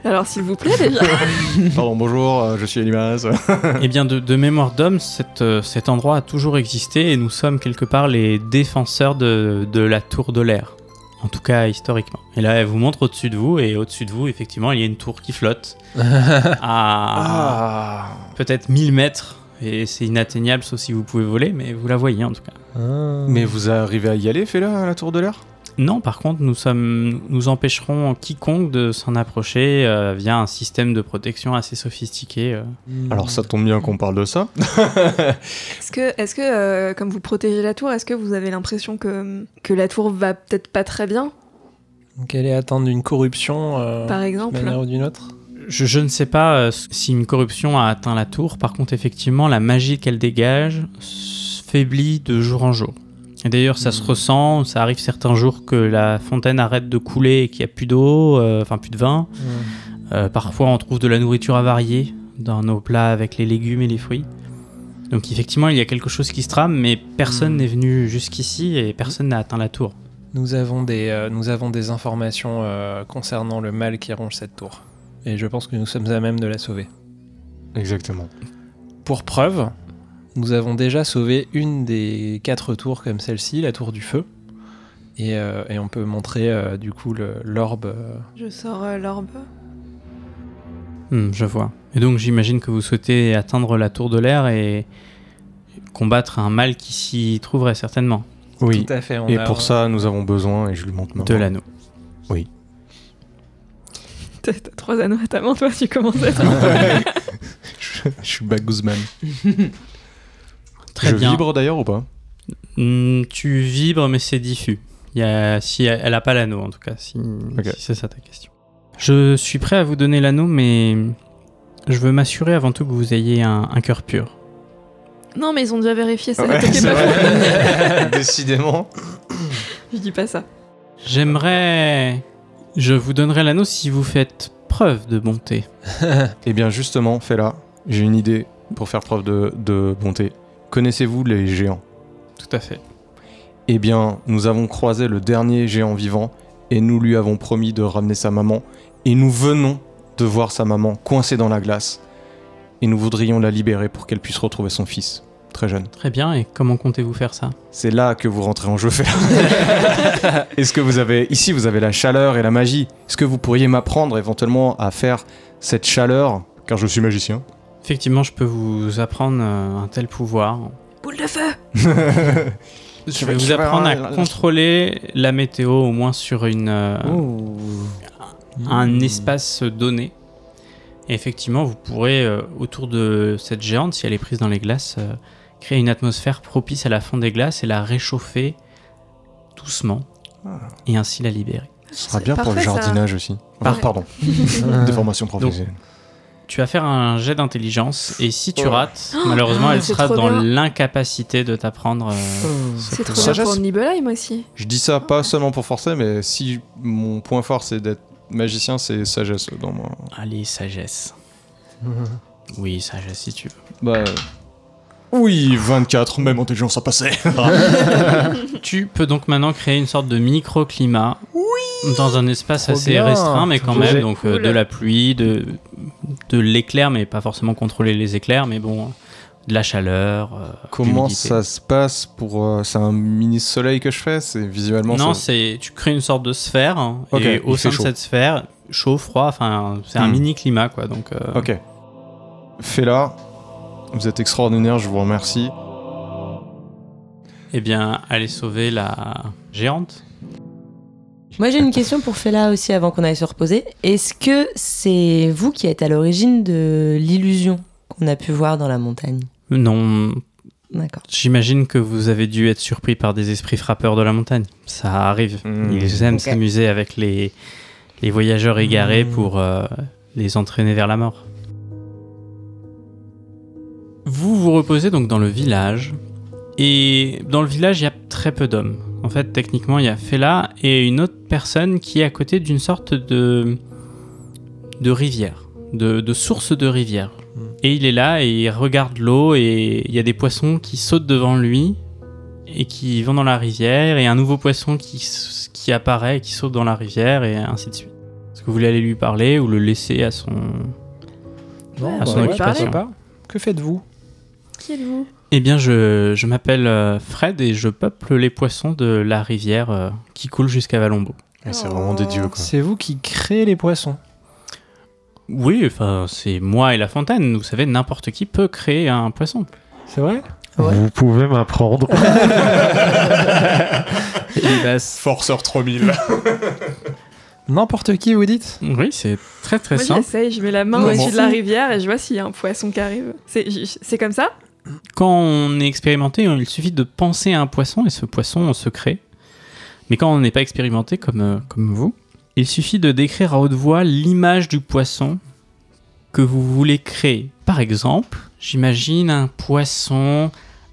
B: Alors, s'il vous plaît, déjà.
A: Pardon, bonjour, euh, je suis Elimas.
C: Eh bien, de, de mémoire d'homme, cette, euh, cet endroit a toujours existé et nous sommes quelque part les défenseurs de, de la tour de l'air. En tout cas, historiquement. Et là, elle vous montre au-dessus de vous et au-dessus de vous, effectivement, il y a une tour qui flotte à
A: Ah.
C: peut-être 1000 mètres. Et c'est inatteignable, sauf si vous pouvez voler, mais vous la voyez en tout cas.
F: Ah.
A: Mais vous arrivez à y aller, Fela, à la tour de l'air
C: Non, par contre, nous, sommes, nous empêcherons quiconque de s'en approcher euh, via un système de protection assez sophistiqué. euh.
F: Hmm.
A: Alors ça tombe bien qu'on parle de ça.
B: Est-ce que, est-ce que euh, comme vous protégez la tour, est-ce que vous avez l'impression que, que la tour va peut-être pas très bien,
F: Donc elle est atteinte d'une corruption euh,
B: par
F: d'une
B: exemple
F: manière ou d'une autre
C: Je, je ne sais pas euh, si une corruption a atteint la tour. Par contre, effectivement, la magie qu'elle dégage s- faiblit de jour en jour. Et d'ailleurs, ça se ressent. Ça arrive certains jours que la fontaine arrête de couler et qu'il n'y a plus d'eau, euh, enfin plus de vin.
A: Hmm.
C: Euh, parfois, on trouve de la nourriture avariée dans nos plats avec les légumes et les fruits. Donc, effectivement, il y a quelque chose qui se trame, mais personne
F: Mm.
C: n'est venu jusqu'ici et personne n'a atteint la tour.
F: Nous avons des, euh, nous avons des informations euh, concernant le mal qui ronge cette tour. Et je pense que nous sommes à même de la sauver.
A: Exactement.
F: Pour preuve, nous avons déjà sauvé une des quatre tours comme celle-ci, la tour du feu. Et, euh, et on peut montrer euh, du coup le- l'orbe. euh.
B: Je sors euh, l'orbe.
C: Hmm, je vois. Et donc, j'imagine que vous souhaitez atteindre la tour de l'air et combattre un mal qui s'y trouverait certainement,
A: Oui.
F: Tout à fait. on
A: Et
F: a-
A: pour ça, nous avons besoin, et je lui montre maintenant.
C: de l'anneau.
B: T'as t'as trois anneaux à ta main, toi, tu commences à être-
A: je, je suis Bad Guzman.
C: Très
A: je
C: bien.
A: vibre d'ailleurs ou pas
C: Hmm, tu vibres, mais c'est diffus. Il y a, si elle n'a pas l'anneau, en tout cas, si,
A: Ok.
C: si c'est ça ta question. Je suis prêt à vous donner l'anneau, mais Je veux m'assurer avant tout que vous ayez un, un cœur pur.
B: Non, mais ils ont déjà vérifié ça.
A: Ouais,
B: t'inquiète
A: c'est
B: pas.
A: vrai. Décidément.
B: Je dis pas ça.
C: J'aimerais. Je vous donnerai l'anneau si vous faites preuve de bonté.
A: Eh bien, justement, fais-la. J'ai une idée pour faire preuve de, de bonté. Connaissez-vous les géants
C: Tout à fait.
A: Eh bien, nous avons croisé le dernier géant vivant et nous lui avons promis de ramener sa maman. Et nous venons de voir sa maman coincée dans la glace. Et nous voudrions la libérer pour qu'elle puisse retrouver son fils, très jeune.
C: Très bien, et comment comptez-vous faire ça
A: C'est là que vous rentrez en jeu, Fer. Est-ce que vous avez ici vous avez la chaleur et la magie Est-ce que vous pourriez m'apprendre éventuellement à faire cette chaleur Car je suis magicien.
C: Effectivement, je peux vous apprendre euh, un tel pouvoir.
B: Boule de feu
C: Je vais vous apprendre à contrôler la météo, au moins sur une, euh, un
F: Hmm.
C: espace donné. Et effectivement, vous pourrez, euh, autour de cette géante, si elle est prise dans les glaces, euh, créer une atmosphère propice à la fond des glaces et la réchauffer doucement.
B: Ah.
C: Et ainsi la libérer.
A: Ce sera bien pour le jardinage aussi.
C: Par-
A: Ah, pardon. Des formations professionnelles.
C: Tu vas faire un jet d'intelligence et si tu
A: Oh.
C: rates, malheureusement,
B: Ah,
C: elle
B: c'est
C: sera
B: trop
C: dans
B: bien.
C: l'incapacité de t'apprendre. euh,
B: C'est trop
A: Sagesse.
B: bien pour Nibelheim aussi.
A: Je dis ça pas seulement pour forcer, mais si mon point fort c'est d'être magicien, c'est sagesse dans moi.
C: Allez, sagesse. Oui, sagesse si tu veux.
A: Bah. euh, Oui, 24, même intelligence à passer.
C: Tu peux donc maintenant créer une sorte de microclimat dans un espace
F: Trop
C: assez
F: bien.
C: restreint, mais quand
F: J'ai-
C: même, donc euh,
B: Cool.
C: de la pluie, de, de l'éclair, mais pas forcément contrôler les éclairs, mais bon, de la chaleur. euh,
A: Comment
C: l'humidité.
A: ça se passe pour. euh, c'est un mini soleil que je fais C'est visuellement.
C: Non,
A: ça-
C: c'est tu crées une sorte de sphère hein,
A: Ok,
C: et au
A: il fait
C: sein de
A: chaud.
C: cette sphère, chaud, froid, enfin c'est un
A: Hmm.
C: mini climat quoi. Donc euh,
F: Ah,
A: Ok. Fais-la. Vous êtes extraordinaire, je vous remercie.
C: eh bien aller sauver la géante.
E: Moi, j'ai une question pour Fela aussi avant qu'on aille se reposer. Est-ce que c'est vous qui êtes à l'origine de l'illusion qu'on a pu voir dans la montagne
C: Non,
E: D'accord.
C: j'imagine que vous avez dû être surpris par des esprits frappeurs de la montagne. Ça arrive.
A: Hmm.
C: Ils aiment
E: Ok.
C: s'amuser avec les les voyageurs égarés pour euh, les entraîner vers la mort. Vous vous reposez donc dans le village. Et dans le village, il y a très peu d'hommes. En fait, techniquement, il y a Fela et une autre personne qui est à côté d'une sorte de, de rivière, de, de source de rivière. Et il est là et il regarde l'eau et il y a des poissons qui sautent devant lui et qui vont dans la rivière et un nouveau poisson qui, s- qui apparaît et qui saute dans la rivière et ainsi de suite. Est-ce que vous voulez aller lui parler ou le laisser à son...
F: Non,
C: à son
F: ouais,
C: occupation.
F: pourquoi pas. Que faites-vous
B: Qui êtes-vous
C: Eh bien, je, je m'appelle euh, Fred et je peuple les poissons de la rivière euh, qui coule jusqu'à Valombo.
A: Ah, c'est vraiment des dieux, quoi.
F: C'est vous qui créez les poissons.
C: Oui, enfin, c'est moi et la fontaine. Vous savez, n'importe qui peut créer un poisson.
F: C'est vrai
E: Ouais.
H: Vous pouvez m'apprendre.
A: Forceur 3000.
F: N'importe qui, vous dites
C: Oui, c'est très
A: Bah,
C: très
B: Moi
C: simple.
B: j'essaye, je mets la main
E: Moi
B: au-dessus
E: aussi.
B: de la rivière et je vois s'il y a un poisson qui arrive. C'est j- c'est comme ça
C: Quand on est expérimenté, il suffit de penser à un poisson et ce poisson, on se crée. Mais quand on n'est pas expérimenté comme, euh, comme vous, il suffit de décrire à haute voix l'image du poisson que vous voulez créer. Par exemple, j'imagine un poisson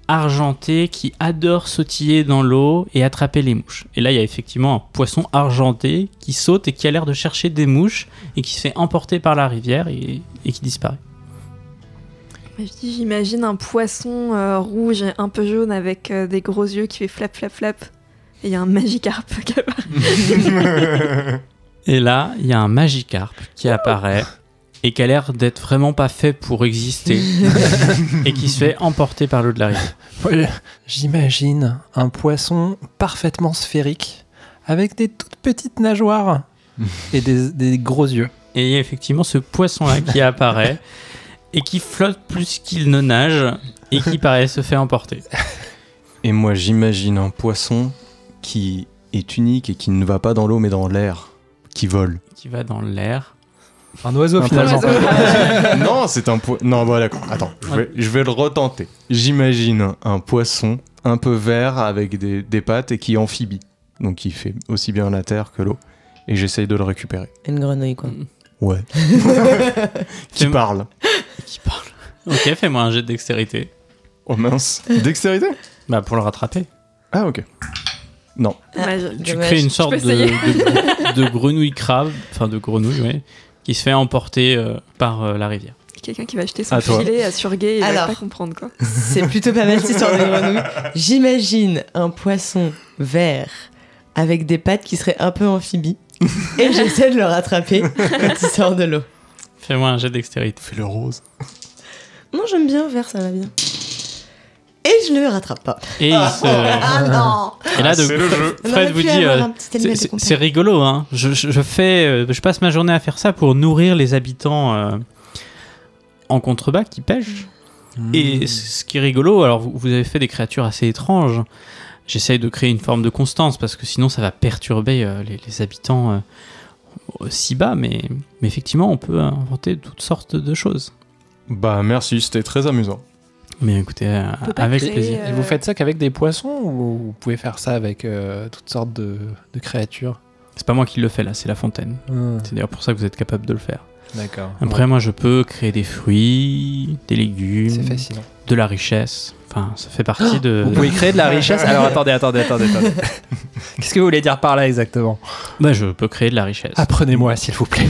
C: argenté qui adore sautiller dans l'eau et attraper les mouches. Et là, il y a effectivement un poisson argenté qui saute et qui a l'air de chercher des mouches et qui se fait emporter par la rivière et- et qui disparaît.
B: Mais Je dis, j'imagine un poisson euh, rouge et un peu jaune avec euh, des gros yeux qui fait flap flap flap. Et il y a un Magikarp qui apparaît.
C: Et là, il y a un Magikarp qui apparaît et qui a l'air d'être vraiment pas fait pour exister et qui se fait emporter par l'eau de la rivière.
F: Ouais, J'imagine un poisson parfaitement sphérique avec des toutes petites nageoires et des, des gros yeux.
C: Et il y a effectivement ce poisson-là qui apparaît et qui flotte plus qu'il ne nage et qui paraît se fait emporter.
A: Et moi, j'imagine un poisson qui est unique et qui ne va pas dans l'eau mais dans l'air, qui vole.
C: Qui va dans l'air.
F: Un oiseau
A: Un
F: finalement.
A: poisson. non, c'est un poisson. Non, voilà. d'accord. Attends, je vais, je vais le retenter. J'imagine un poisson un peu vert avec des, des pattes et qui est amphibie. Donc, qui fait aussi bien la terre que l'eau. Et j'essaye de le récupérer.
E: Une grenouille, quoi.
A: Ouais. qui
C: Fais-moi-
A: parle
C: Qui parle. Ok, fais-moi un jet de dextérité.
A: Oh mince. Dextérité
C: Bah, pour le rattraper.
A: Ah, ok. Non.
B: Dommage.
C: Tu
E: Dommage.
C: crées une
B: Je
C: sorte
B: peux
C: de,
B: essayer.
C: de- de grenouille crabe, enfin de grenouille, ouais, qui se fait emporter euh, par euh, la rivière.
B: Quelqu'un qui va acheter son
A: À toi.
B: filet à Surgay, il
E: Alors.
B: va pas comprendre quoi.
E: C'est plutôt pas mal cette histoire de grenouille. J'imagine un poisson vert avec des pattes qui seraient un peu amphibie et j'essaie de le rattraper quand il sort de l'eau.
C: Fais-moi un jet de dextérité.
A: Fais le rose.
E: Non, j'aime bien vert, ça va bien. Et je le rattrape pas.
C: Et, il se-
E: Ah non
C: et là,
A: Ah,
C: donc,
A: c'est le jeu.
E: On
C: Fred
E: aurait
C: vous
E: pu
C: dit,
E: avoir
C: euh,
E: un petit
C: c'est-
E: élément de
C: c'est
E: compagnie.
C: c'est rigolo, hein. Je, je- je fais, euh, je passe ma journée à faire ça pour nourrir les habitants euh, en contrebas qui pêchent.
F: Hmm. Mmh.
C: Et ce qui est rigolo, alors vous, vous avez fait des créatures assez étranges. J'essaye de créer une forme de constance parce que sinon ça va perturber euh, les, les habitants euh, aussi bas, mais, mais effectivement on peut inventer toutes sortes de choses.
A: Bah, merci, c'était très amusant.
C: Mais écoutez, euh,
B: peut pas
C: avec
B: créer,
C: plaisir.
B: euh,
F: Et vous faites ça qu'avec des poissons ou vous pouvez faire ça avec euh, toutes sortes de, de créatures
C: C'est pas moi qui le fais là, c'est la fontaine.
F: Hmm.
C: C'est d'ailleurs pour ça que vous êtes capable de le faire.
F: D'accord.
C: Après, moi je peux créer des fruits, des
F: c'est
C: légumes,
F: fascinant.
C: de la richesse. Enfin, ça fait partie de.
F: Vous pouvez créer de la richesse. Alors attendez, attendez, attendez, attendez. Qu'est-ce que vous voulez dire par là exactement
C: Bah, je peux créer de la richesse.
F: Ah, Apprenez-moi s'il vous plaît.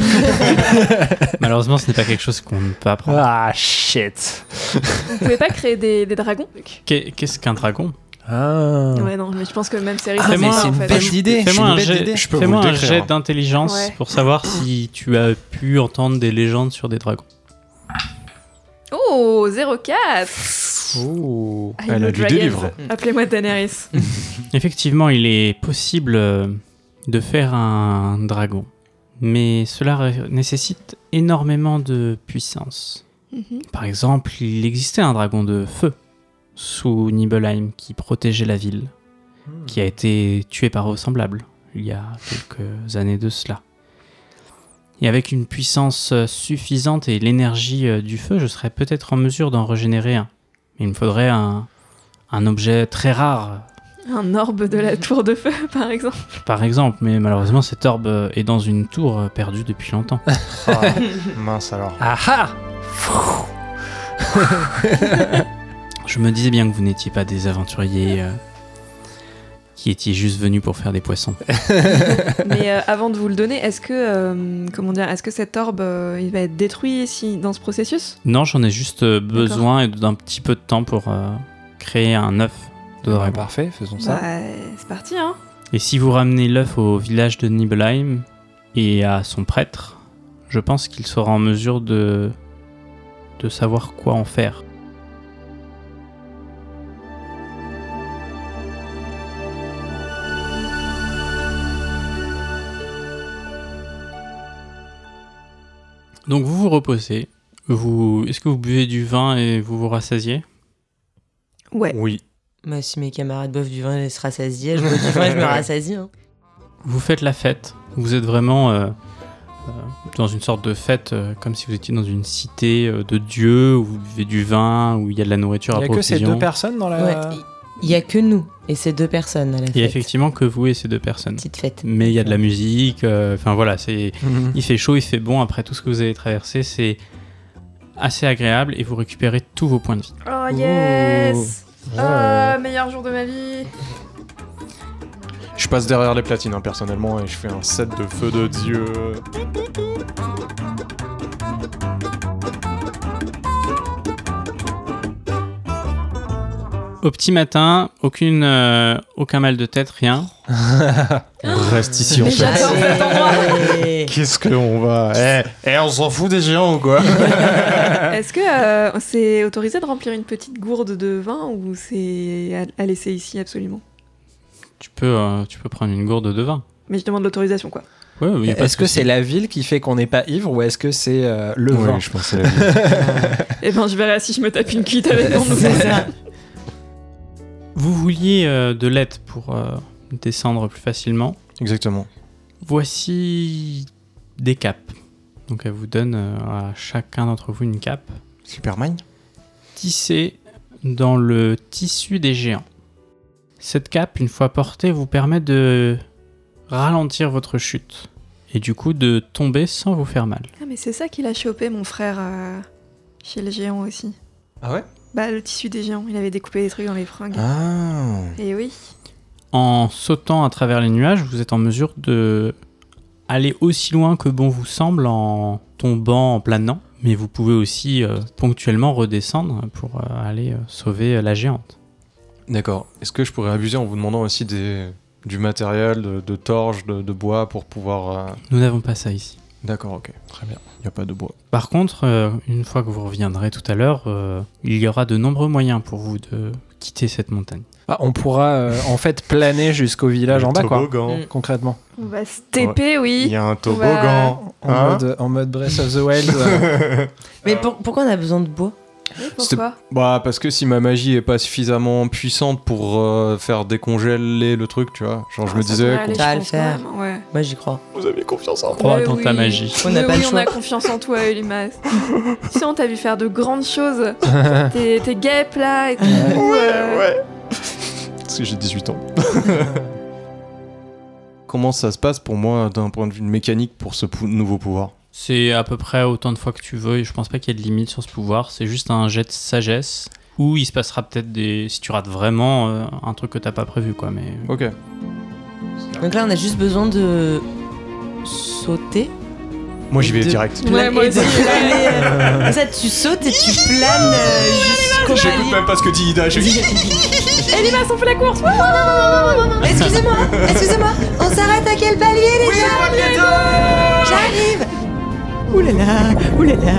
C: Malheureusement, ce n'est pas quelque chose qu'on ne peut apprendre.
F: Ah shit.
B: Vous pouvez pas créer des, des dragons Luc
C: Qu'est- Qu'est-ce qu'un dragon
F: Ah.
B: Ouais, non, mais je pense que même série,
F: Ah,
B: ça
F: mais
B: marche,
F: c'est
B: en
F: une
B: fait.
F: belle idée.
C: Fais-moi
F: c'est
C: un
F: une belle
C: jet,
F: idée.
A: Je peux
C: fais-moi
A: vous le
C: un
A: décrire,
C: jet
A: hein.
C: d'intelligence
B: Ouais.
C: pour savoir si tu as pu entendre des légendes sur des dragons.
B: Oh, 04
F: Ouh.
B: I
A: Elle
B: know
A: a du
B: dragons.
A: délivre.
B: Appelez-moi Daenerys.
C: Effectivement, il est possible euh, de faire un dragon, mais cela ré- nécessite énormément de puissance.
B: Mhm.
C: Par exemple, il existait un dragon de feu sous Nibelheim qui protégeait la ville, qui a été tué par vos semblables il y a quelques années de cela. Et avec une puissance euh, suffisante et l'énergie euh, du feu, je serais peut-être en mesure d'en régénérer un. Mais il me faudrait un, un objet très rare,
B: Un orbe de la tour de feu, par exemple.
C: par exemple, mais malheureusement cette orbe euh, est dans une tour euh, perdue depuis longtemps.
A: Ah, mince alors.
F: Ah ah.
C: Je me disais bien que vous n'étiez pas des aventuriers euh, qui étiez juste venus pour faire des poissons.
B: Mais euh, avant de vous le donner, est-ce que, euh, comment dire, est-ce que cet orbe, euh, il va être détruit si, dans ce processus
C: Non, j'en ai juste euh, besoin d'un petit peu de temps pour euh, créer un œuf de
F: Ouais,
C: dragon.
F: parfait, faisons
B: Bah,
F: ça.
B: c'est parti, hein.
C: Et si vous ramenez l'œuf au village de Nibelheim et à son prêtre, je pense qu'il sera en mesure de de savoir quoi en faire. Donc vous vous reposez. Vous, est-ce que vous buvez du vin et vous vous rassasiez
B: Ouais.
A: Oui.
E: Moi, si mes camarades boivent du vin, ils se rassasient. Je bois du vin, je me rassasie. hein.
C: Vous faites la fête. Vous êtes vraiment euh, euh, dans une sorte de fête, euh, comme si vous étiez dans une cité euh, de dieux où vous buvez du vin, où il y a de la nourriture
F: Il
C: à
F: n'y a que ces
C: profusion.
F: deux personnes dans la.
E: Ouais. Euh, Il y a que nous et ces deux personnes à la fête.
C: Il y a effectivement que vous et ces deux personnes.
E: Petite fête.
C: Mais il y a de la musique. euh, Enfin voilà, c'est.
F: Mhm.
C: Il fait chaud, il fait bon après tout ce que vous avez traversé. C'est assez agréable et vous récupérez tous vos points de vie.
B: Oh
F: yes.
B: yes Oh,
F: Ah.
B: Meilleur jour de ma vie
A: Je passe derrière les platines, hein, personnellement, et je fais un set de feu de dieu.
C: Au petit matin, aucune, euh, aucun mal de tête, rien.
A: Reste ici, en
E: Mais
A: fait.
B: j'adore cet
E: j'adore.
A: Qu'est-ce qu'on va. Eh, eh, on s'en fout des géants ou quoi
B: Est-ce que euh, c'est autorisé de remplir une petite gourde de vin ou c'est à, à laisser ici absolument
C: Tu peux, euh, tu peux prendre une gourde de vin.
B: Mais je demande l'autorisation, quoi.
C: Ouais, oui, pas de
F: Est-ce que
C: souci.
F: c'est la ville qui fait qu'on n'est pas ivre ou est-ce que c'est euh, le vin
A: je pensais la vie.
B: Eh ben, je verrai si je me tape une cuite avec mon nouveau.
E: C'est ça.
C: Vous vouliez euh, de l'aide pour euh, descendre plus facilement.
A: Exactement.
C: Voici des capes. Donc elle vous donne euh, à chacun d'entre vous une cape
A: Superman
C: tissée dans le tissu des géants. Cette cape, une fois portée, vous permet de ralentir votre chute et du coup de tomber sans vous faire mal.
B: Ah, mais c'est ça qu'il a chopé, mon frère, euh, chez le géant aussi.
A: Ah ouais
B: Bah, le tissu des géants, il avait découpé des trucs dans les fringues.
F: Ah.
B: Et oui.
C: En sautant à travers les nuages, vous êtes en mesure de aller aussi loin que bon vous semble en tombant, en planant, mais vous pouvez aussi euh, ponctuellement redescendre pour euh, aller euh, sauver euh, la géante.
A: D'accord. Est-ce que je pourrais abuser en vous demandant aussi des, du matériel, de, de torches, de, de bois pour pouvoir. euh,
C: Nous n'avons pas ça ici.
A: D'accord, ok. Très bien. Il n'y a pas de bois.
C: Par contre, euh, une fois que vous reviendrez tout à l'heure, euh, il y aura de nombreux moyens pour vous de quitter cette montagne.
F: Bah, on pourra euh, en fait planer jusqu'au village en bas, quoi.
E: Mm.
F: Concrètement.
B: On va se taper,
A: Il y
B: oui.
A: a un toboggan.
F: En,
A: Hein
F: mode, en mode Breath of the Wild. euh,
E: Mais pour- pourquoi on a besoin de bois
B: Oui, pourquoi
A: Bah, parce que si ma magie est pas suffisamment puissante pour euh, faire décongeler le truc, tu vois. Genre, je me
B: Ça devrait
A: disais.
B: aller,
A: qu'on-
E: Ça va
B: je
E: le
B: pense,
E: faire.
B: quand même, Ouais.
E: Moi, j'y crois.
A: Vous avez confiance hein. en
C: Crois
B: Mais
C: dans ta magie.
E: On n'a
B: Mais
E: pas
B: oui,
E: le
B: on a
E: choix.
B: confiance en toi, Elimas. tu sais, on t'a vu faire de grandes choses. T'es t'es guêpe là et tout. euh,
A: Parce que j'ai 18 ans. Comment ça se passe pour moi d'un point de vue mécanique pour ce pou- nouveau pouvoir
C: C'est à peu près autant de fois que tu veux et je pense pas qu'il y ait de limite sur ce pouvoir. C'est juste un jet de sagesse où il se passera peut-être des. Si tu rates vraiment euh, un truc que t'as pas prévu quoi, mais.
A: Ok.
E: Donc là, on a juste besoin de sauter.
A: Moi j'y vais
E: De-
A: direct.
B: Ouais, moi
E: et de
B: aussi, ouais.
E: planer. Comme ça, tu sautes et tu planes euh, jusqu'au
A: J'écoute
E: palier.
A: même pas ce que dit Ida. je-
B: Elimas, on fait la course ouais.
E: Excusez-moi, excusez-moi, on s'arrête à quel palier déjà J'arrive Ouh là là, ouh là là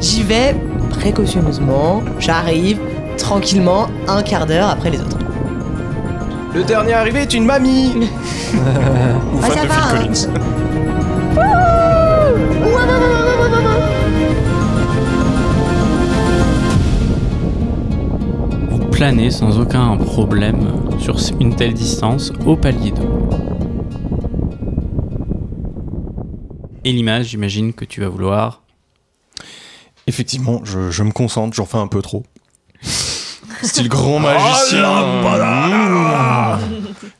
E: J'y vais précautionneusement, j'arrive tranquillement, un quart d'heure après les autres.
A: Le dernier arrivé est une mamie Ou
E: Ah, ça
A: fan de
E: va,
A: Phil
E: hein.
A: Collins.
C: Vous planez sans aucun problème sur une telle distance au palier d'eau. Et l'image, j'imagine que tu vas vouloir.
A: Effectivement, je, je me concentre, j'en fais un peu trop. Style grand magicien. Mmh.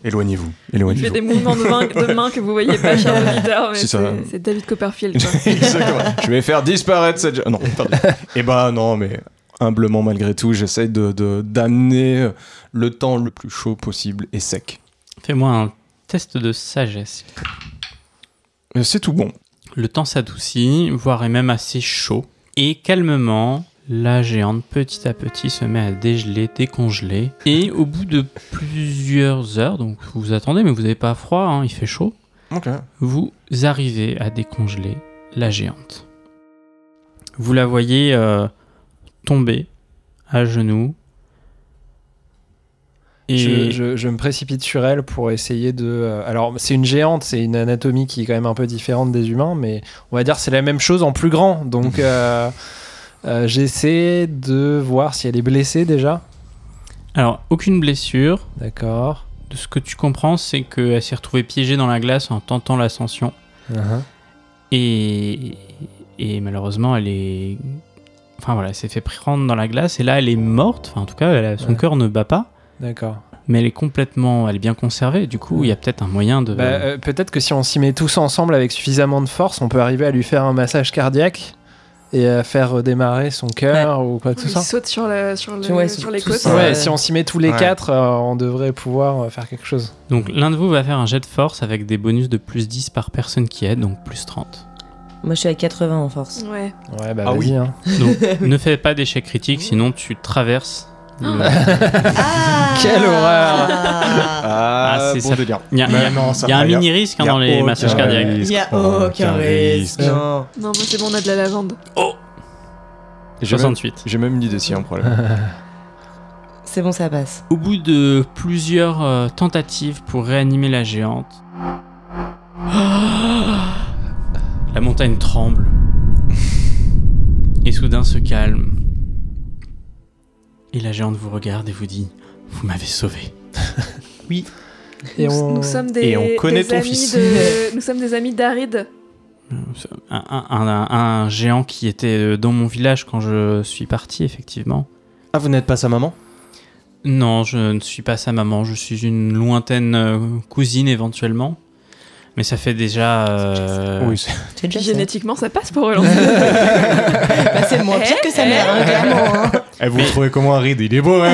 A: Éloignez-vous,
B: Je fais
A: éloignez-vous.
B: des mouvements de main, de main que vous voyez pas, cher auditeur, mais
A: C'est
B: c'est
A: ça.
B: c'est David Copperfield. Quoi.
A: Exactement. Je vais faire disparaître cette. ge- Non, pardon. Eh ben non, mais humblement malgré tout, j'essaie de de- d'amener le temps le plus chaud possible et sec.
C: Fais-moi un test de sagesse.
A: Euh, C'est tout bon.
C: Le temps s'adoucit, voire est même assez chaud. Et calmement, la géante petit à petit se met à dégeler, décongeler. Et au bout de plusieurs heures, donc vous vous attendez, mais vous n'avez pas froid, hein, il fait chaud,
A: Ok.
C: vous arrivez à décongeler la géante. Vous la voyez euh, tomber à genoux. Et
F: Je, je- je me précipite sur elle pour essayer de. euh, alors, c'est une géante, c'est une anatomie qui est quand même un peu différente des humains, mais on va dire c'est la même chose en plus grand. Donc, euh, euh, j'essaie de voir si elle est blessée déjà.
C: alors aucune blessure.
F: D'accord.
C: De ce que tu comprends, c'est qu'elle s'est retrouvée piégée dans la glace en tentant l'ascension.
F: Uh-huh.
C: Et, et malheureusement, elle est. Enfin voilà, elle s'est fait prendre dans la glace et là, elle est morte. Enfin, en tout cas, elle a- son
F: Ouais.
C: cœur ne bat pas,
F: D'accord.
C: mais elle est complètement. Elle est bien conservée. Du coup, il y a peut-être un moyen de.
F: Bah, euh, peut-être que si on s'y met tous ensemble avec suffisamment de force, on peut arriver à lui faire un massage cardiaque et à faire redémarrer son cœur ou quoi, tout
B: Il
F: ça.
B: saute sur, le, sur, le,
E: Tu vois, ils
B: sur
E: sautent
B: les
E: tous,
B: côtes.
E: ouais.
F: Ouais, si on s'y met tous les
A: Ouais.
F: quatre, euh, on devrait pouvoir euh, faire quelque chose.
C: Donc l'un de vous va faire un jet de force avec des bonus de plus 10 par personne qui aide, donc plus 30.
E: Moi, je suis à 80 en force.
B: Ouais.
F: Ouais, bah
A: Ah
F: vas-y.
A: oui.
F: hein.
C: Donc ne fais pas d'échec critique, sinon tu traverses. le-
E: Ah
F: Quelle horreur
A: Ah,
C: Ah, c'est
A: bon
C: ça.
A: délire.
C: Il y a, il y a-
A: non, ça
C: il y a un
A: va, il y a-
C: mini risque hein,
A: il y a
C: dans les
A: aucun
C: massages cardiaques.
A: risque,
E: Il n'y a aucun risque. Non.
B: Non, moi c'est bon, on a de la lavande.
A: J'ai même-
C: 68.
A: j'ai même une idée s'il y a un problème.
E: C'est bon, ça passe.
C: Au bout de plusieurs euh, tentatives pour réanimer la géante, la montagne tremble et soudain se calme. Et la géante vous regarde et vous dit Vous m'avez sauvé.
F: Et
B: nous,
F: on-
B: nous sommes des,
A: et on connaît
B: des
A: ton
B: amis
A: fils.
B: de- nous sommes des amis d'Arid.
C: Un, un- un- un géant qui était euh, dans mon village quand je suis parti, effectivement.
A: Ah, vous n'êtes pas sa maman
C: Non, je ne suis pas sa maman, je suis une lointaine euh, cousine éventuellement. Mais ça fait déjà. euh,
A: Oui, c'est-
E: C'est déjà ça.
B: Génétiquement, ça passe pour relancer.
E: Bah, c'est moins pire que sa mère,
B: eh.
E: hein, clairement. hein.
A: Eh, vous le trouvez comment Harid Il est beau, hein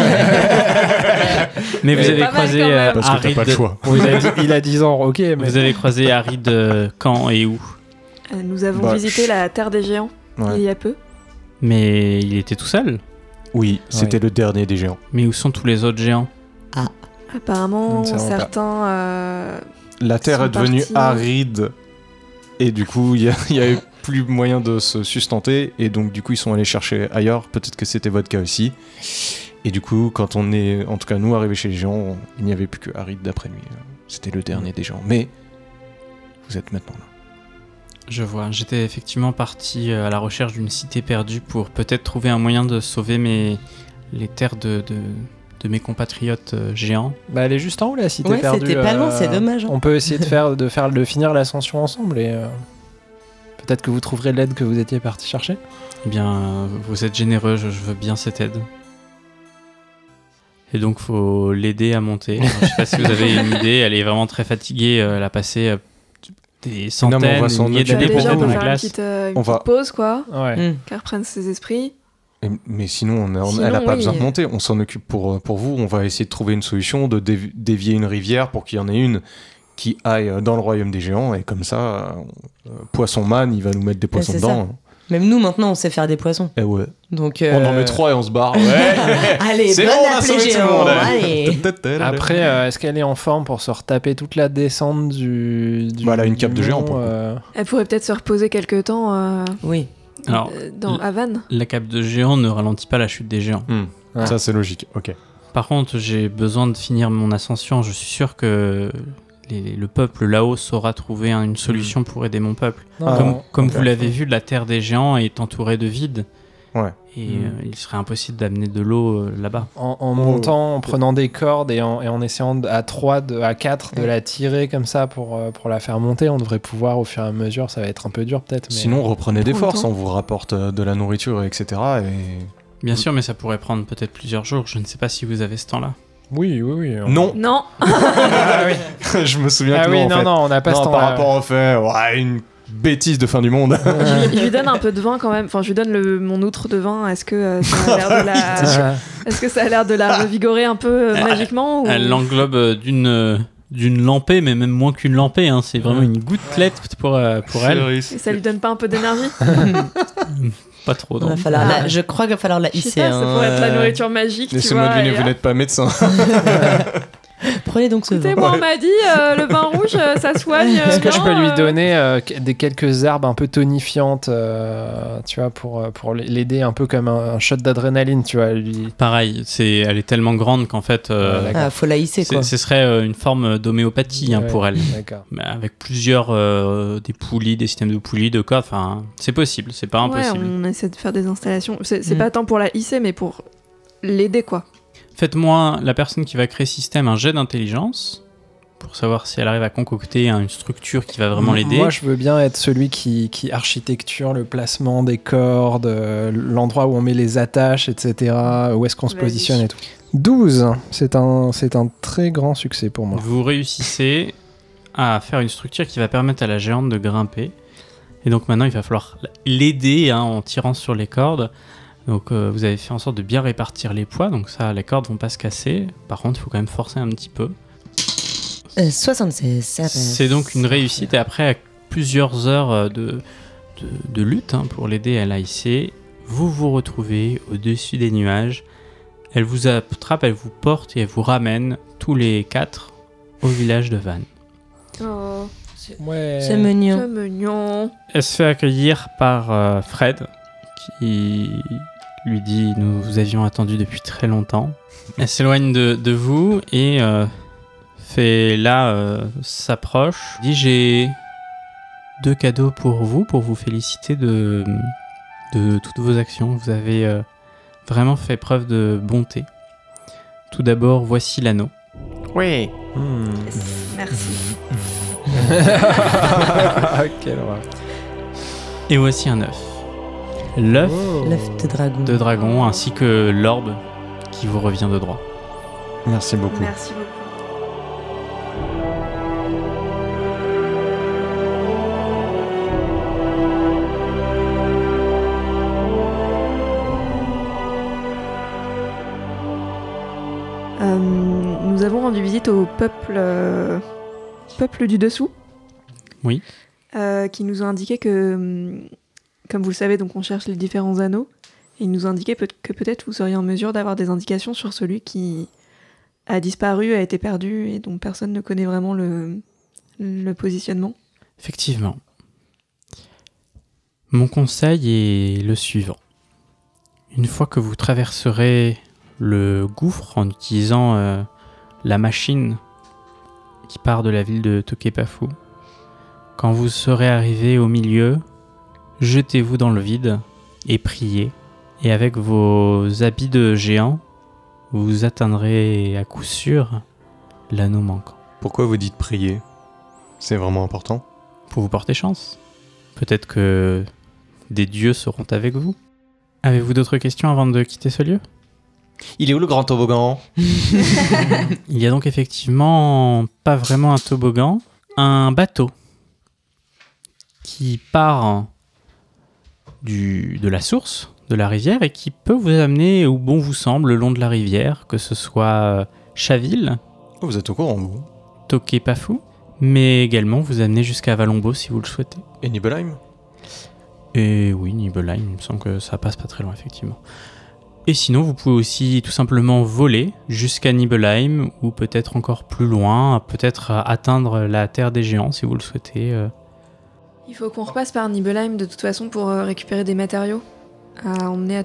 C: Mais vous
A: Mais
C: avez
B: pas mal
C: croisé.
B: quand même.
C: euh,
A: Parce que t'as
C: Harid-
A: pas le choix.
F: Bon, il, a, dix- il a 10 ans, ok, mais.
C: Vous avez croisé Harid euh, quand et où
B: Euh, Nous avons
A: Bah,
B: visité
A: chut.
B: la Terre des Géants
A: Ouais.
B: il y a peu.
C: Mais il était tout seul.
A: Oui, c'était le dernier des géants.
C: Mais où sont tous les autres géants
B: Apparemment,
A: Ça va pas.
B: certains. euh,
A: La Terre
B: sont
A: est devenue
B: partis.
A: aride et du coup, il n'y avait plus moyen de se sustenter et donc du coup, ils sont allés chercher ailleurs. Peut-être que c'était votre cas aussi. Et du coup, quand on est, en tout cas nous, arrivés chez les géants, on- il n'y avait plus que aride d'après lui. C'était le dernier des géants. Mais vous êtes maintenant là.
C: Je vois. J'étais effectivement parti euh, à la recherche d'une cité perdue pour peut-être trouver un moyen de sauver mes... les terres de, de... de mes compatriotes euh, géants.
F: Bah, elle est juste en haut là, si t'es
E: Ouais,
F: perdu. euh,
E: c'était pas loin, c'est dommage, hein.
F: On peut essayer de faire, de faire, de finir l'ascension ensemble et euh, peut-être que vous trouverez l'aide que vous étiez parti chercher.
C: Eh bien, euh, vous êtes généreux, je, je veux bien cette aide. Et donc, faut l'aider à monter. Alors, je sais pas si vous avez une idée, elle est vraiment très fatiguée, euh, elle a passé euh, des centaines,
A: mais on va
C: des
A: s'en
C: milliers
A: occuper
C: d'années
A: pour
B: déjà,
C: peut-être
B: on
C: dans
B: peut
C: la
B: faire une
C: glace.
B: petite, euh, une
A: On va-
B: petite pause, quoi,
F: Ouais.
E: Mm.
B: qu'elle reprenne ses esprits.
A: Et- mais sinon, on a- on- elle n'a
B: Sinon,
A: pas
B: oui.
A: besoin de monter. On s'en occupe pour, euh, pour vous. On va essayer de trouver une solution, de dévi- dévier une rivière pour qu'il y en ait une qui aille euh, dans le royaume des géants. Et comme ça, euh, Poisson Man, il va nous mettre des poissons
E: c'est
A: dedans. hein.
E: Même nous, maintenant, on sait faire des poissons.
A: Eh ouais.
E: Donc,
A: On en
E: euh,
A: met trois et on se barre. Ouais.
E: Allez,
A: C'est
E: bonne
A: bon, on a
E: appelée
A: sauvé tout le
E: géant.
A: monde.
E: Allez.
F: Après, euh, est-ce qu'elle est en forme pour se retaper toute la descente du. du
A: Bah, elle a une
F: du
A: cape de géant,
F: mont,
A: pour le coup.
F: euh,
B: Elle pourrait peut-être se reposer quelques temps euh,
E: Oui.
C: Alors,
B: euh, dans
C: l-
B: Havane.
C: la cape de géant ne ralentit pas la chute des géants.
A: Ça, c'est logique. Ok.
C: Par contre, j'ai besoin de finir mon ascension. Je suis sûr que les- le peuple là-haut saura trouver un- une solution pour aider mon peuple.
E: Ah.
F: non,
C: Comme,
F: non.
C: comme
A: Ah, ok.
C: vous l'avez vu, la terre des géants est entourée de vide.
A: Ouais.
C: Et
F: Mm.
C: euh, il serait impossible d'amener de l'eau euh, là-bas.
F: En,
E: Oh.
F: en montant, en prenant des cordes et en, et en essayant de- à 3, de, à 4 de
E: Ouais.
F: la tirer comme ça pour, euh, pour la faire monter, on devrait pouvoir au fur et à mesure, ça va être un peu dur peut-être. Mais...
A: Sinon, reprenez des
B: Prends le
A: forces.
B: temps.
A: On vous rapporte euh, de la nourriture, etc. Et...
C: Bien sûr, mais ça pourrait prendre peut-être plusieurs jours. Je ne sais pas si vous avez ce temps-là.
F: Oui, oui, oui. on-
A: Non.
B: Non,
F: Ah oui,
A: Je me souviens
F: Ah
A: que
F: oui,
A: non,
F: non,
A: en fait.
F: non, on n'a pas
A: Non,
F: ce temps
A: par rapport au fait, ouais, une bêtise de fin du monde.
B: je, je lui donne un peu de vin quand même. Enfin, je lui donne le- mon outre de vin. Est-ce que, euh, ça a l'air de la...
F: Ah.
B: Est-ce que ça a l'air de la revigorer un peu euh,
C: Ah,
B: magiquement
E: Oh.
B: ou...
C: Elle l'englobe euh, d'une euh, d'une lampée, mais même moins qu'une lampée. hein. C'est vraiment une gouttelette pour, euh, pour elle.
B: Et ça lui donne pas un peu d'énergie
F: Ah,
C: Pas trop.
E: On
C: non.
E: va falloir
B: Ah.
E: la- Je crois qu'il va falloir la
B: Je sais
E: hisser.
B: pas, ça
E: hein,
B: pourrait être la
E: euh,
B: nourriture magique. tu
A: Laissez-moi
B: vois,
A: deviner,
B: et
A: vous
B: là,
A: n'êtes pas médecin.
E: Prenez donc ce vin.
B: Écoutez, moi, on m'a dit euh, le vin rouge, euh, ça soigne. euh,
F: Est-ce que je
B: bien,
F: peux lui
B: euh,
F: donner euh, que- des quelques herbes un peu tonifiantes, euh, tu vois, pour, euh, pour l'aider un peu comme un, un shot d'adrénaline, tu vois, lui.
C: Pareil, c'est elle est tellement grande qu'en fait, euh,
F: Voilà.
E: Ah, faut la hisser,
C: c'est-
E: quoi.
C: ce serait euh, une forme d'homéopathie hein,
F: Ouais,
C: pour elle.
F: D'accord.
C: Mais Avec plusieurs euh, des poulies, des systèmes de poulies, de quoi. Enfin, c'est possible, c'est pas
B: Ouais,
C: impossible.
B: on essaie de faire des installations. C'est c'est
E: Mm.
B: pas tant pour la hisser, mais pour l'aider, quoi.
C: Faites-moi la personne qui va créer système un jet d'intelligence pour savoir si elle arrive à concocter hein, une structure qui va vraiment l'aider.
F: Moi, je veux bien être celui qui, qui architecture le placement des cordes, euh, l'endroit où on met les attaches, etc. Où est-ce qu'on se
B: Vas-y.
F: positionne et tout. 12, c'est un, c'est un très grand succès pour moi.
C: Vous réussissez à faire une structure qui va permettre à la géante de grimper. Et donc maintenant, il va falloir l'aider hein, en tirant sur les cordes. Donc euh, vous avez fait en sorte de bien répartir les poids, donc ça, les cordes vont pas se casser. Par contre, il faut quand même forcer un petit peu.
E: Euh, 76. ça passe.
C: C'est donc une réussite. Et après plusieurs heures euh, de, de, de lutte hein, pour l'aider à l'AIC, vous vous retrouvez au-dessus des nuages. Elle vous attrape, elle vous porte et elle vous ramène tous les quatre au village de Vannes.
B: Oh,
F: Ouais.
E: C'est
B: c'est
E: mignon.
B: mignon.
C: Elle se fait accueillir par euh, Fred, qui lui dit Nous vous avions attendu depuis très longtemps. Elle s'éloigne de, de vous et euh, fait là, euh, s'approche. Dit J'ai deux cadeaux pour vous, pour vous féliciter de, de toutes vos actions. Vous avez euh, vraiment fait preuve de bonté. Tout d'abord, voici l'anneau.
G: Oui.
F: Hmm.
B: Merci.
F: Quelle horreur.
C: Et voici un œuf. L'œuf
E: L'œuf de dragon.
C: de dragon ainsi que l'orbe qui vous revient de droit.
A: Merci beaucoup.
B: Merci beaucoup. Euh, nous avons rendu visite au peuple, euh, peuple du dessous.
C: Oui.
B: Euh, qui nous ont indiqué que, hum, comme vous le savez, donc on cherche les différents anneaux. Et ils nous ont indiqué peut- que peut-être vous seriez en mesure d'avoir des indications sur celui qui a disparu, a été perdu et dont personne ne connaît vraiment le, le positionnement.
C: Effectivement. Mon conseil est le suivant. Une fois que vous traverserez le gouffre en utilisant euh, la machine qui part de la ville de Tokepafu, quand vous serez arrivé au milieu, jetez-vous dans le vide et priez. Et avec vos habits de géant, vous atteindrez à coup sûr l'anneau manquant.
A: Pourquoi vous dites prier C'est vraiment important.
C: pour vous porter chance. Peut-être que des dieux seront avec vous. Avez-vous d'autres questions avant de quitter ce lieu
A: Il est où le grand toboggan
C: Il y a donc effectivement pas vraiment un toboggan, un bateau qui part du, de la source, de la rivière, et qui peut vous amener où bon vous semble le long de la rivière, que ce soit Chaville,
A: Oh, Vous êtes au courant, vous
C: Tokepafu, mais également vous amener jusqu'à Valombo si vous le souhaitez.
A: Et Nibelheim
C: Et oui, Nibelheim, il me semble que ça passe pas très loin, effectivement. Et sinon, vous pouvez aussi tout simplement voler jusqu'à Nibelheim, ou peut-être encore plus loin, peut-être euh, atteindre la Terre des Géants si vous le souhaitez. euh.
B: Il faut qu'on repasse par Nibelheim de toute façon pour euh, récupérer des matériaux à emmener à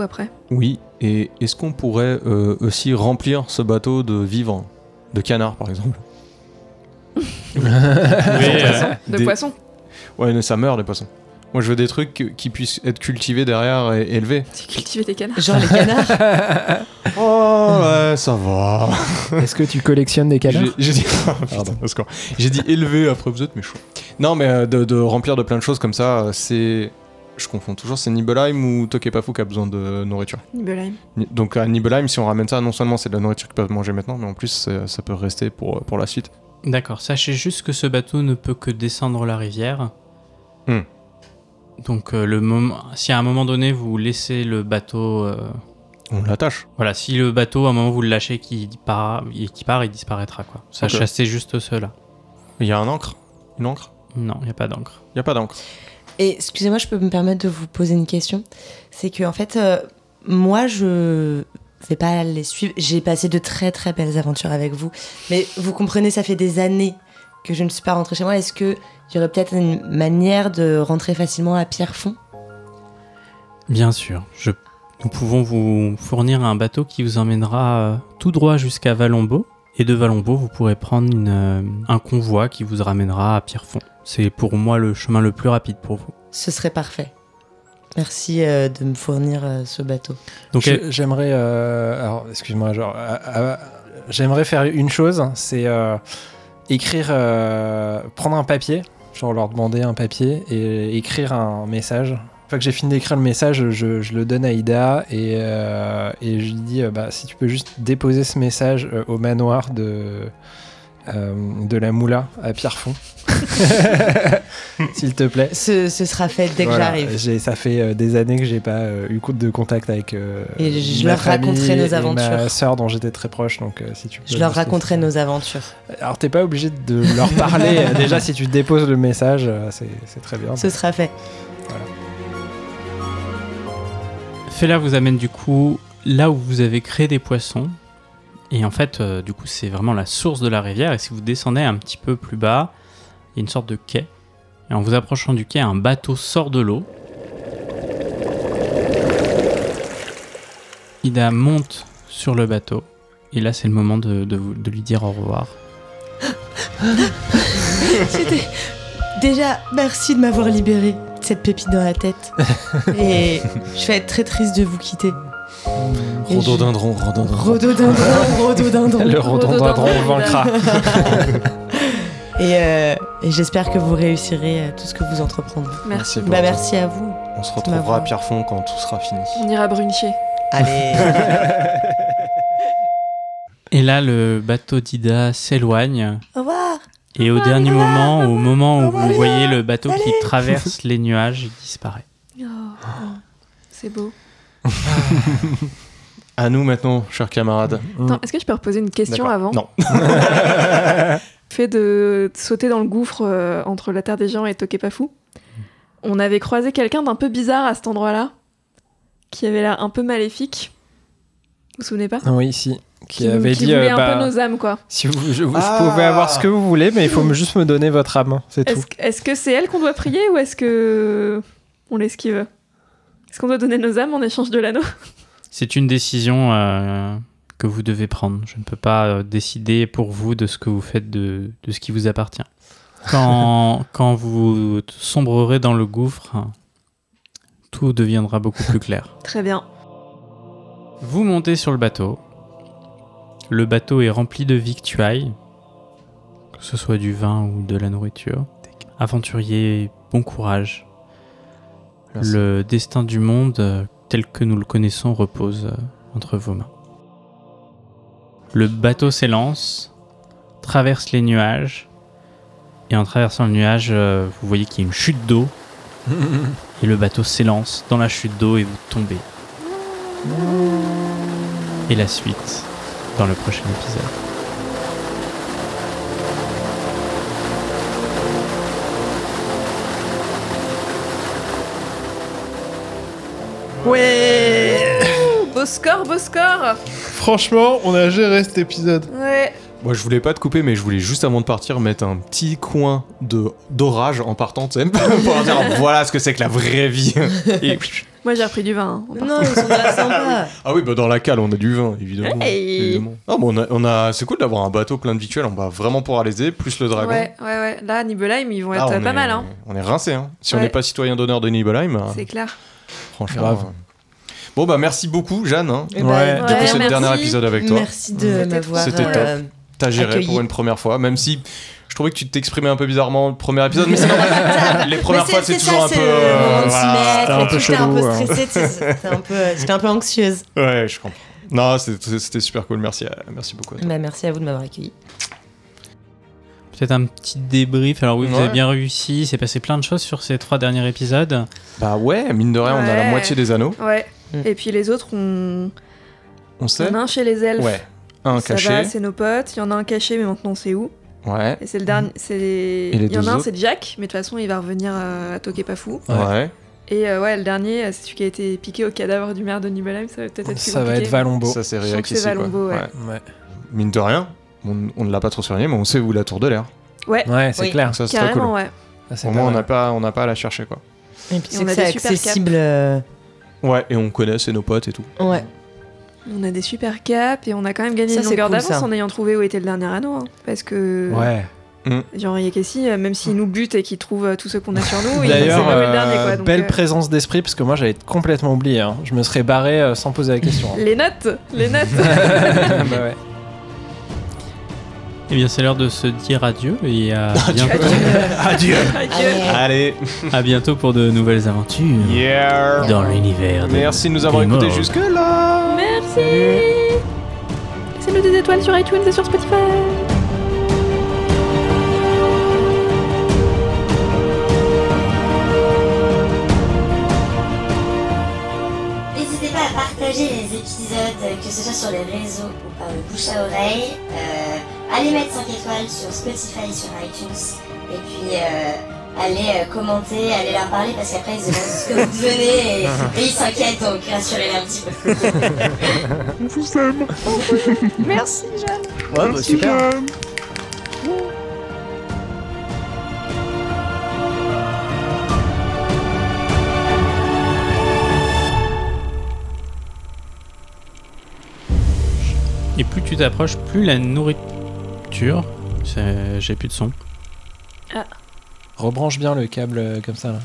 B: après.
A: Oui, et est-ce qu'on pourrait euh, aussi remplir ce bateau de vivres De canards, par exemple
B: De
C: euh,
B: poissons. De
A: des-
B: poissons.
A: Ouais, mais ça meurt, les poissons. Moi, je veux des trucs que- qui puissent être cultivés derrière et élevés.
B: Tu cultives des canards.
E: Genre les canards.
A: Oh, ouais, ça va.
F: Est-ce que tu collectionnes des
A: J'ai
F: canards
A: j'ai dit... oh, Putain, au secours. J'ai dit élevé après vous êtes méchant. Non, mais euh, de, de remplir de plein de choses comme ça, euh, c'est... Je confonds toujours, c'est Nibelheim ou Tokepafu qui a besoin de nourriture.
B: Nibelheim.
A: Ni- Donc à Nibelheim, si on ramène ça, non seulement c'est de la nourriture qu'ils peuvent manger maintenant, mais en plus euh, ça, ça peut rester pour, pour la suite.
C: D'accord, sachez juste que ce bateau ne peut que descendre la rivière.
A: Hmm.
C: Donc, euh, le moment, si à un moment donné vous laissez le bateau. euh,
A: On l'attache.
C: Voilà, si le bateau, à un moment vous le lâchez, qui part, il, qu'il part, il disparaîtra, quoi. Ça
A: Ok.
C: chassez juste cela.
A: Il y a un encre Une encre
C: Non, il n'y a pas d'encre.
A: Il n'y a pas d'encre.
E: Et excusez-moi, je peux me permettre de vous poser une question. C'est que en fait, euh, moi, je vais pas les suivre. J'ai passé de très très belles aventures avec vous, mais vous comprenez, ça fait des années que je ne suis pas rentrée chez moi. Est-ce que il y aurait peut-être une manière de rentrer facilement à Pierrefonds
C: Bien sûr, je- nous pouvons vous fournir un bateau qui vous emmènera euh, tout droit jusqu'à Valombo. Et de Valombo, vous pourrez prendre une, euh, un convoi qui vous ramènera à Pierrefonds. C'est pour moi le chemin le plus rapide pour vous.
E: Ce serait parfait. Merci euh, de me fournir euh, ce bateau.
C: Donc,
F: Je-
C: euh,
F: J'aimerais. euh, alors, excuse-moi, genre. euh, euh, J'aimerais faire une chose, c'est euh, écrire. euh, prendre un papier, genre leur demander un papier et écrire un message. Une fois que j'ai fini d'écrire le message, je, je le donne à Ida et, euh, et je lui dis euh, bah, si tu peux juste déposer ce message euh, au manoir de. euh, de la moula à Pierrefonds. S'il te plaît.
E: Ce, ce sera fait dès que
F: Voilà,
E: j'arrive.
F: j'ai- Ça fait euh, des années que j'ai pas euh, eu coup de contact avec. euh,
E: Et je
F: ma
E: leur
F: famille
E: raconterai nos
F: et Ma
E: aventures.
F: sœur dont j'étais très proche, donc euh, si tu. peux
E: Je leur
F: juste-
E: raconterai nos aventures.
F: Alors t'es pas obligé de leur parler. euh, Déjà, si tu déposes le message, euh, c'est c'est très bien.
E: Ce sera fait.
C: Fela vous amène du coup là où vous avez créé des poissons. Et en fait, euh, du coup, c'est vraiment la source de la rivière. Et si vous descendez un petit peu plus bas, il y a une sorte de quai. Et en vous approchant du quai, un bateau sort de l'eau. Ida monte sur le bateau. Et là, c'est le moment de, de vous- de lui dire au revoir.
E: C'était. Déjà, merci de m'avoir libéré de cette pépite dans la tête. Et je vais être très triste de vous quitter. Et je-
A: Rhododendron, rhododendron.
E: Rhododendron, rhododendron.
F: Le
B: rhododendron
F: rhododendron vaincra.
E: Et, euh, et j'espère que vous réussirez euh, tout ce que vous entreprendrez.
B: Merci.
E: Bah, merci à vous.
A: On se
E: Ma voix.
A: retrouvera à Pierrefonds quand tout sera fini.
B: On ira bruncher.
E: Allez.
C: Et là, le bateau d'Ida s'éloigne.
E: Au revoir.
C: Et
E: Ah,
C: au dernier moment, au moment où
E: revoir,
C: vous voyez
E: Ida.
C: le bateau qui
E: Allez.
C: traverse les nuages, il disparaît.
A: Mm.
B: Oh, c'est beau.
A: À nous maintenant, chers camarades.
B: Attends, est-ce que je peux reposer une question
A: D'accord.
B: avant
A: Non.
B: fait de sauter dans le gouffre euh, entre la Terre des Géants et Tokepafu. On avait croisé quelqu'un d'un peu bizarre à cet endroit-là, qui avait l'air un peu maléfique. Vous vous souvenez pas
F: Oui, si. Qui,
B: nous-
F: avait dit
B: voulait
F: euh,
B: un
F: bah,
B: peu nos âmes, quoi.
F: si vous, je- vous
A: Ah.
F: pouvez avoir ce que vous voulez, mais il faut me- juste me donner votre âme, hein, c'est tout.
B: Est-ce est-ce que c'est elle qu'on doit prier ou est-ce que on l'esquive Est-ce qu'on doit donner nos âmes en échange de l'anneau
C: C'est une décision euh, que vous devez prendre. Je ne peux pas euh, décider pour vous de ce que vous faites, de, de ce qui vous appartient. Quand, quand vous sombrerez dans le gouffre, hein, tout deviendra beaucoup plus clair.
B: Très bien.
C: Vous montez sur le bateau. Le bateau est rempli de victuailles, que ce soit du vin ou de la nourriture. Aventurier, bon courage. Le destin du monde, euh, tel que nous le connaissons, repose euh, entre vos mains. Le bateau s'élance, traverse les nuages, et en traversant le nuage, euh, vous voyez qu'il y a une chute d'eau, et le bateau s'élance dans la chute d'eau et vous tombez. Et la suite dans le prochain épisode.
E: Ouais
B: Beau score, beau score
H: Franchement, on a géré cet épisode.
B: Ouais.
A: Moi, je voulais pas te couper, mais je voulais juste avant de partir mettre un petit coin de d'orage en partant, tu sais, pour leur dire voilà ce que c'est que la vraie vie. Et-
B: Moi j'ai repris du vin. hein, en partant.
E: Non, ils sont là sympas.
A: ah oui, bah dans la cale, on a du vin, évidemment.
B: Hey.
A: Évidemment. Ah, bon, on a, on a- c'est cool d'avoir un bateau plein de victuailles, on va vraiment pouvoir les aider, plus le dragon.
B: ouais, ouais, ouais. Là, Nibelheim, ils vont être
A: Ah,
B: euh,
A: on
B: pas
A: est-
B: mal, hein.
A: On est rincé, hein. Si on
B: Ouais.
A: n'est pas citoyen d'honneur de Nibelheim, euh,
B: C'est clair.
A: franchement.
F: Grave.
A: euh. Bon, bah merci beaucoup, Jeanne, hein,
E: Eh ben,
F: Ouais.
A: du coup,
B: Ouais,
A: c'est le
B: merci.
A: dernier épisode avec toi.
E: Merci de m'avoir.
A: C'était top.
E: euh,
A: T'as géré
E: Accueilli.
A: pour une première fois, même si je trouvais que tu t'exprimais un peu bizarrement le premier épisode, mais c'est normal. Les premières
E: Mais
A: fois, c'est
E: ça,
A: toujours un peu.
E: le moment de
A: euh,
E: s'y
A: voilà.
E: mettre,
F: c'était un
E: et
F: peu
E: tout, j'étais un
F: chelou, hein.
E: peu stressée, tu sais, c'était un peu- j'étais un peu anxieuse.
A: Ouais, je comprends. Non, c'était c'était super cool. Merci, à- merci beaucoup. à toi.
E: Bah, merci à vous de m'avoir accueilli.
C: Peut-être un petit débrief. Alors oui, vous
A: Ouais.
C: avez bien réussi, il s'est passé plein de choses sur ces trois derniers épisodes.
A: Bah ouais, mine de rien, on a la
B: Ouais.
A: moitié des anneaux.
B: Ouais.
E: Mm.
A: Hmm.
B: Et puis les autres, on...
A: On
B: on
A: sait.
B: en a un chez les elfes.
A: Ouais. Un
B: Ça
A: caché.
B: va, c'est nos potes. Il y en a un caché, mais maintenant on sait où.
A: Ouais.
B: Et c'est le dernier. C'est
A: Hmm. Et les
B: Il y en
A: deux
B: a un,
A: autres
B: c'est Jack, mais de toute façon, il va revenir euh, à Tokepafu.
A: Ouais.
B: Et euh, ouais, le dernier, euh, c'est celui qui a été piqué au cadavre du maire de Nibelheim. Ça va peut-être être plus
F: Ça va
B: compliqué.
F: être Valombo.
A: Ça, c'est
B: Je sens que
A: réactif.
B: c'est Valombo, ouais.
F: Ouais,
A: Mine de rien, on, on ne l'a pas trop surveillé, mais on sait où la tour de l'air.
F: Ouais, c'est
E: Oui.
F: clair.
A: Donc ça, c'est très cool.
B: Carrément, ouais.
F: Ah, c'est
A: Au
F: pas
A: moins, on
F: mal.
A: n'a pas, on n'a pas à la chercher, quoi.
E: Et puis
B: Et
E: c'est
B: on
E: que
B: a
E: c'est
B: des super
E: accessible. euh,
A: Ouais, et on connaît, c'est nos potes et tout.
E: Ouais.
B: On a des super caps et on a quand même gagné
E: Ça,
B: une
E: c'est
B: longueur
E: cool,
B: d'avance
E: ça.
B: en ayant trouvé où était le dernier anneau. hein. Parce que
F: Ouais.
B: jean et Cassie, euh, même s'il nous bute et qu'il trouve euh, tout ce qu'on a sur nous, il sait
F: D'ailleurs,
B: pas où est le dernier.
F: euh,
B: Quoi, donc,
F: belle
B: euh,
F: présence d'esprit, parce que moi j'avais complètement oublié. hein. Je me serais barré euh, sans poser la question. hein.
B: Les notes Les notes
F: Bah ouais.
C: Eh bien, c'est l'heure de se dire adieu et à bientôt.
A: Adieu.
B: Adieu.
E: Ah
A: Allez.
C: À bientôt pour de nouvelles aventures
A: Yeah.
C: dans l'univers. de-
A: Merci de nous avoir
C: Des
A: écoutés
C: morts.
A: jusque là.
B: Merci Laissez-nous des étoiles sur iTunes et sur Spotify
I: N'hésitez pas à partager les épisodes, euh, que ce soit sur les réseaux ou par le bouche à oreille. Euh, allez mettre 5 étoiles sur Spotify, sur iTunes. Et puis, euh, allez euh, commenter, allez leur parler parce qu'après ils se demandent ce que vous devenez et, et ils s'inquiètent donc rassurez-les un petit peu.
E: Merci, Jeanne.
F: Ouais, bah, super.
C: Et plus tu t'approches, plus la nourriture. c'est- J'ai plus de son.
F: Rebranche bien le câble euh, comme ça. Là.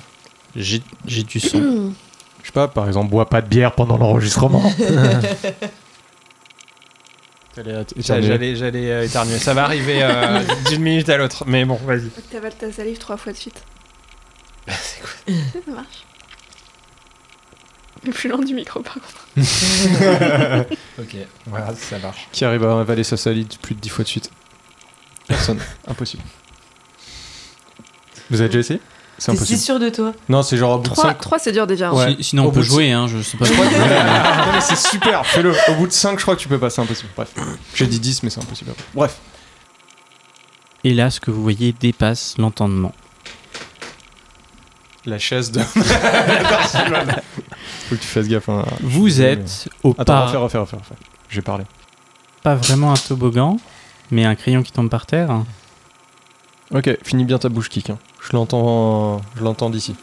C: J'ai j'ai du son.
A: Je sais pas, par exemple, bois pas de bière pendant l'enregistrement.
F: J'a- J'allais, j'allais euh, éternuer. Ça va arriver euh, d'une minute à l'autre, mais bon, vas-y.
B: Faut que t'avales ta salive trois fois de suite. Bah, c'est quoi Ça marche. Le plus lent du micro, par contre.
F: Ok, voilà, ça marche.
A: Qui arrive à avaler sa salide plus de 10 fois de suite Personne. Impossible. Vous avez déjà essayé C'est
E: T'es si
A: impossible.
E: sûr de toi
A: Non, c'est genre au bout de
B: 3,
A: 5.
B: c'est dur déjà. hein.
A: Ah Ouais.
C: Si- sinon,
A: Au
C: on peut
A: bout de-
C: jouer, hein, je sais pas.
A: non, mais c'est super, fais-le. Au bout de 5, je crois que tu peux pas, c'est impossible. Bref, j'ai dit 10, mais c'est impossible. Bref,
C: Et là, ce que vous voyez dépasse l'entendement.
A: la chaise de. Barcelone. Faut que tu fasses gaffe. hein.
C: Vous êtes au
A: Attends,
C: pas,
A: refaire, refaire, refaire, refaire. J'ai parlé.
C: pas vraiment un toboggan, mais un crayon qui tombe par terre.
A: Ok, finis bien ta bouche kick. hein. Je l'entends, je l'entends d'ici.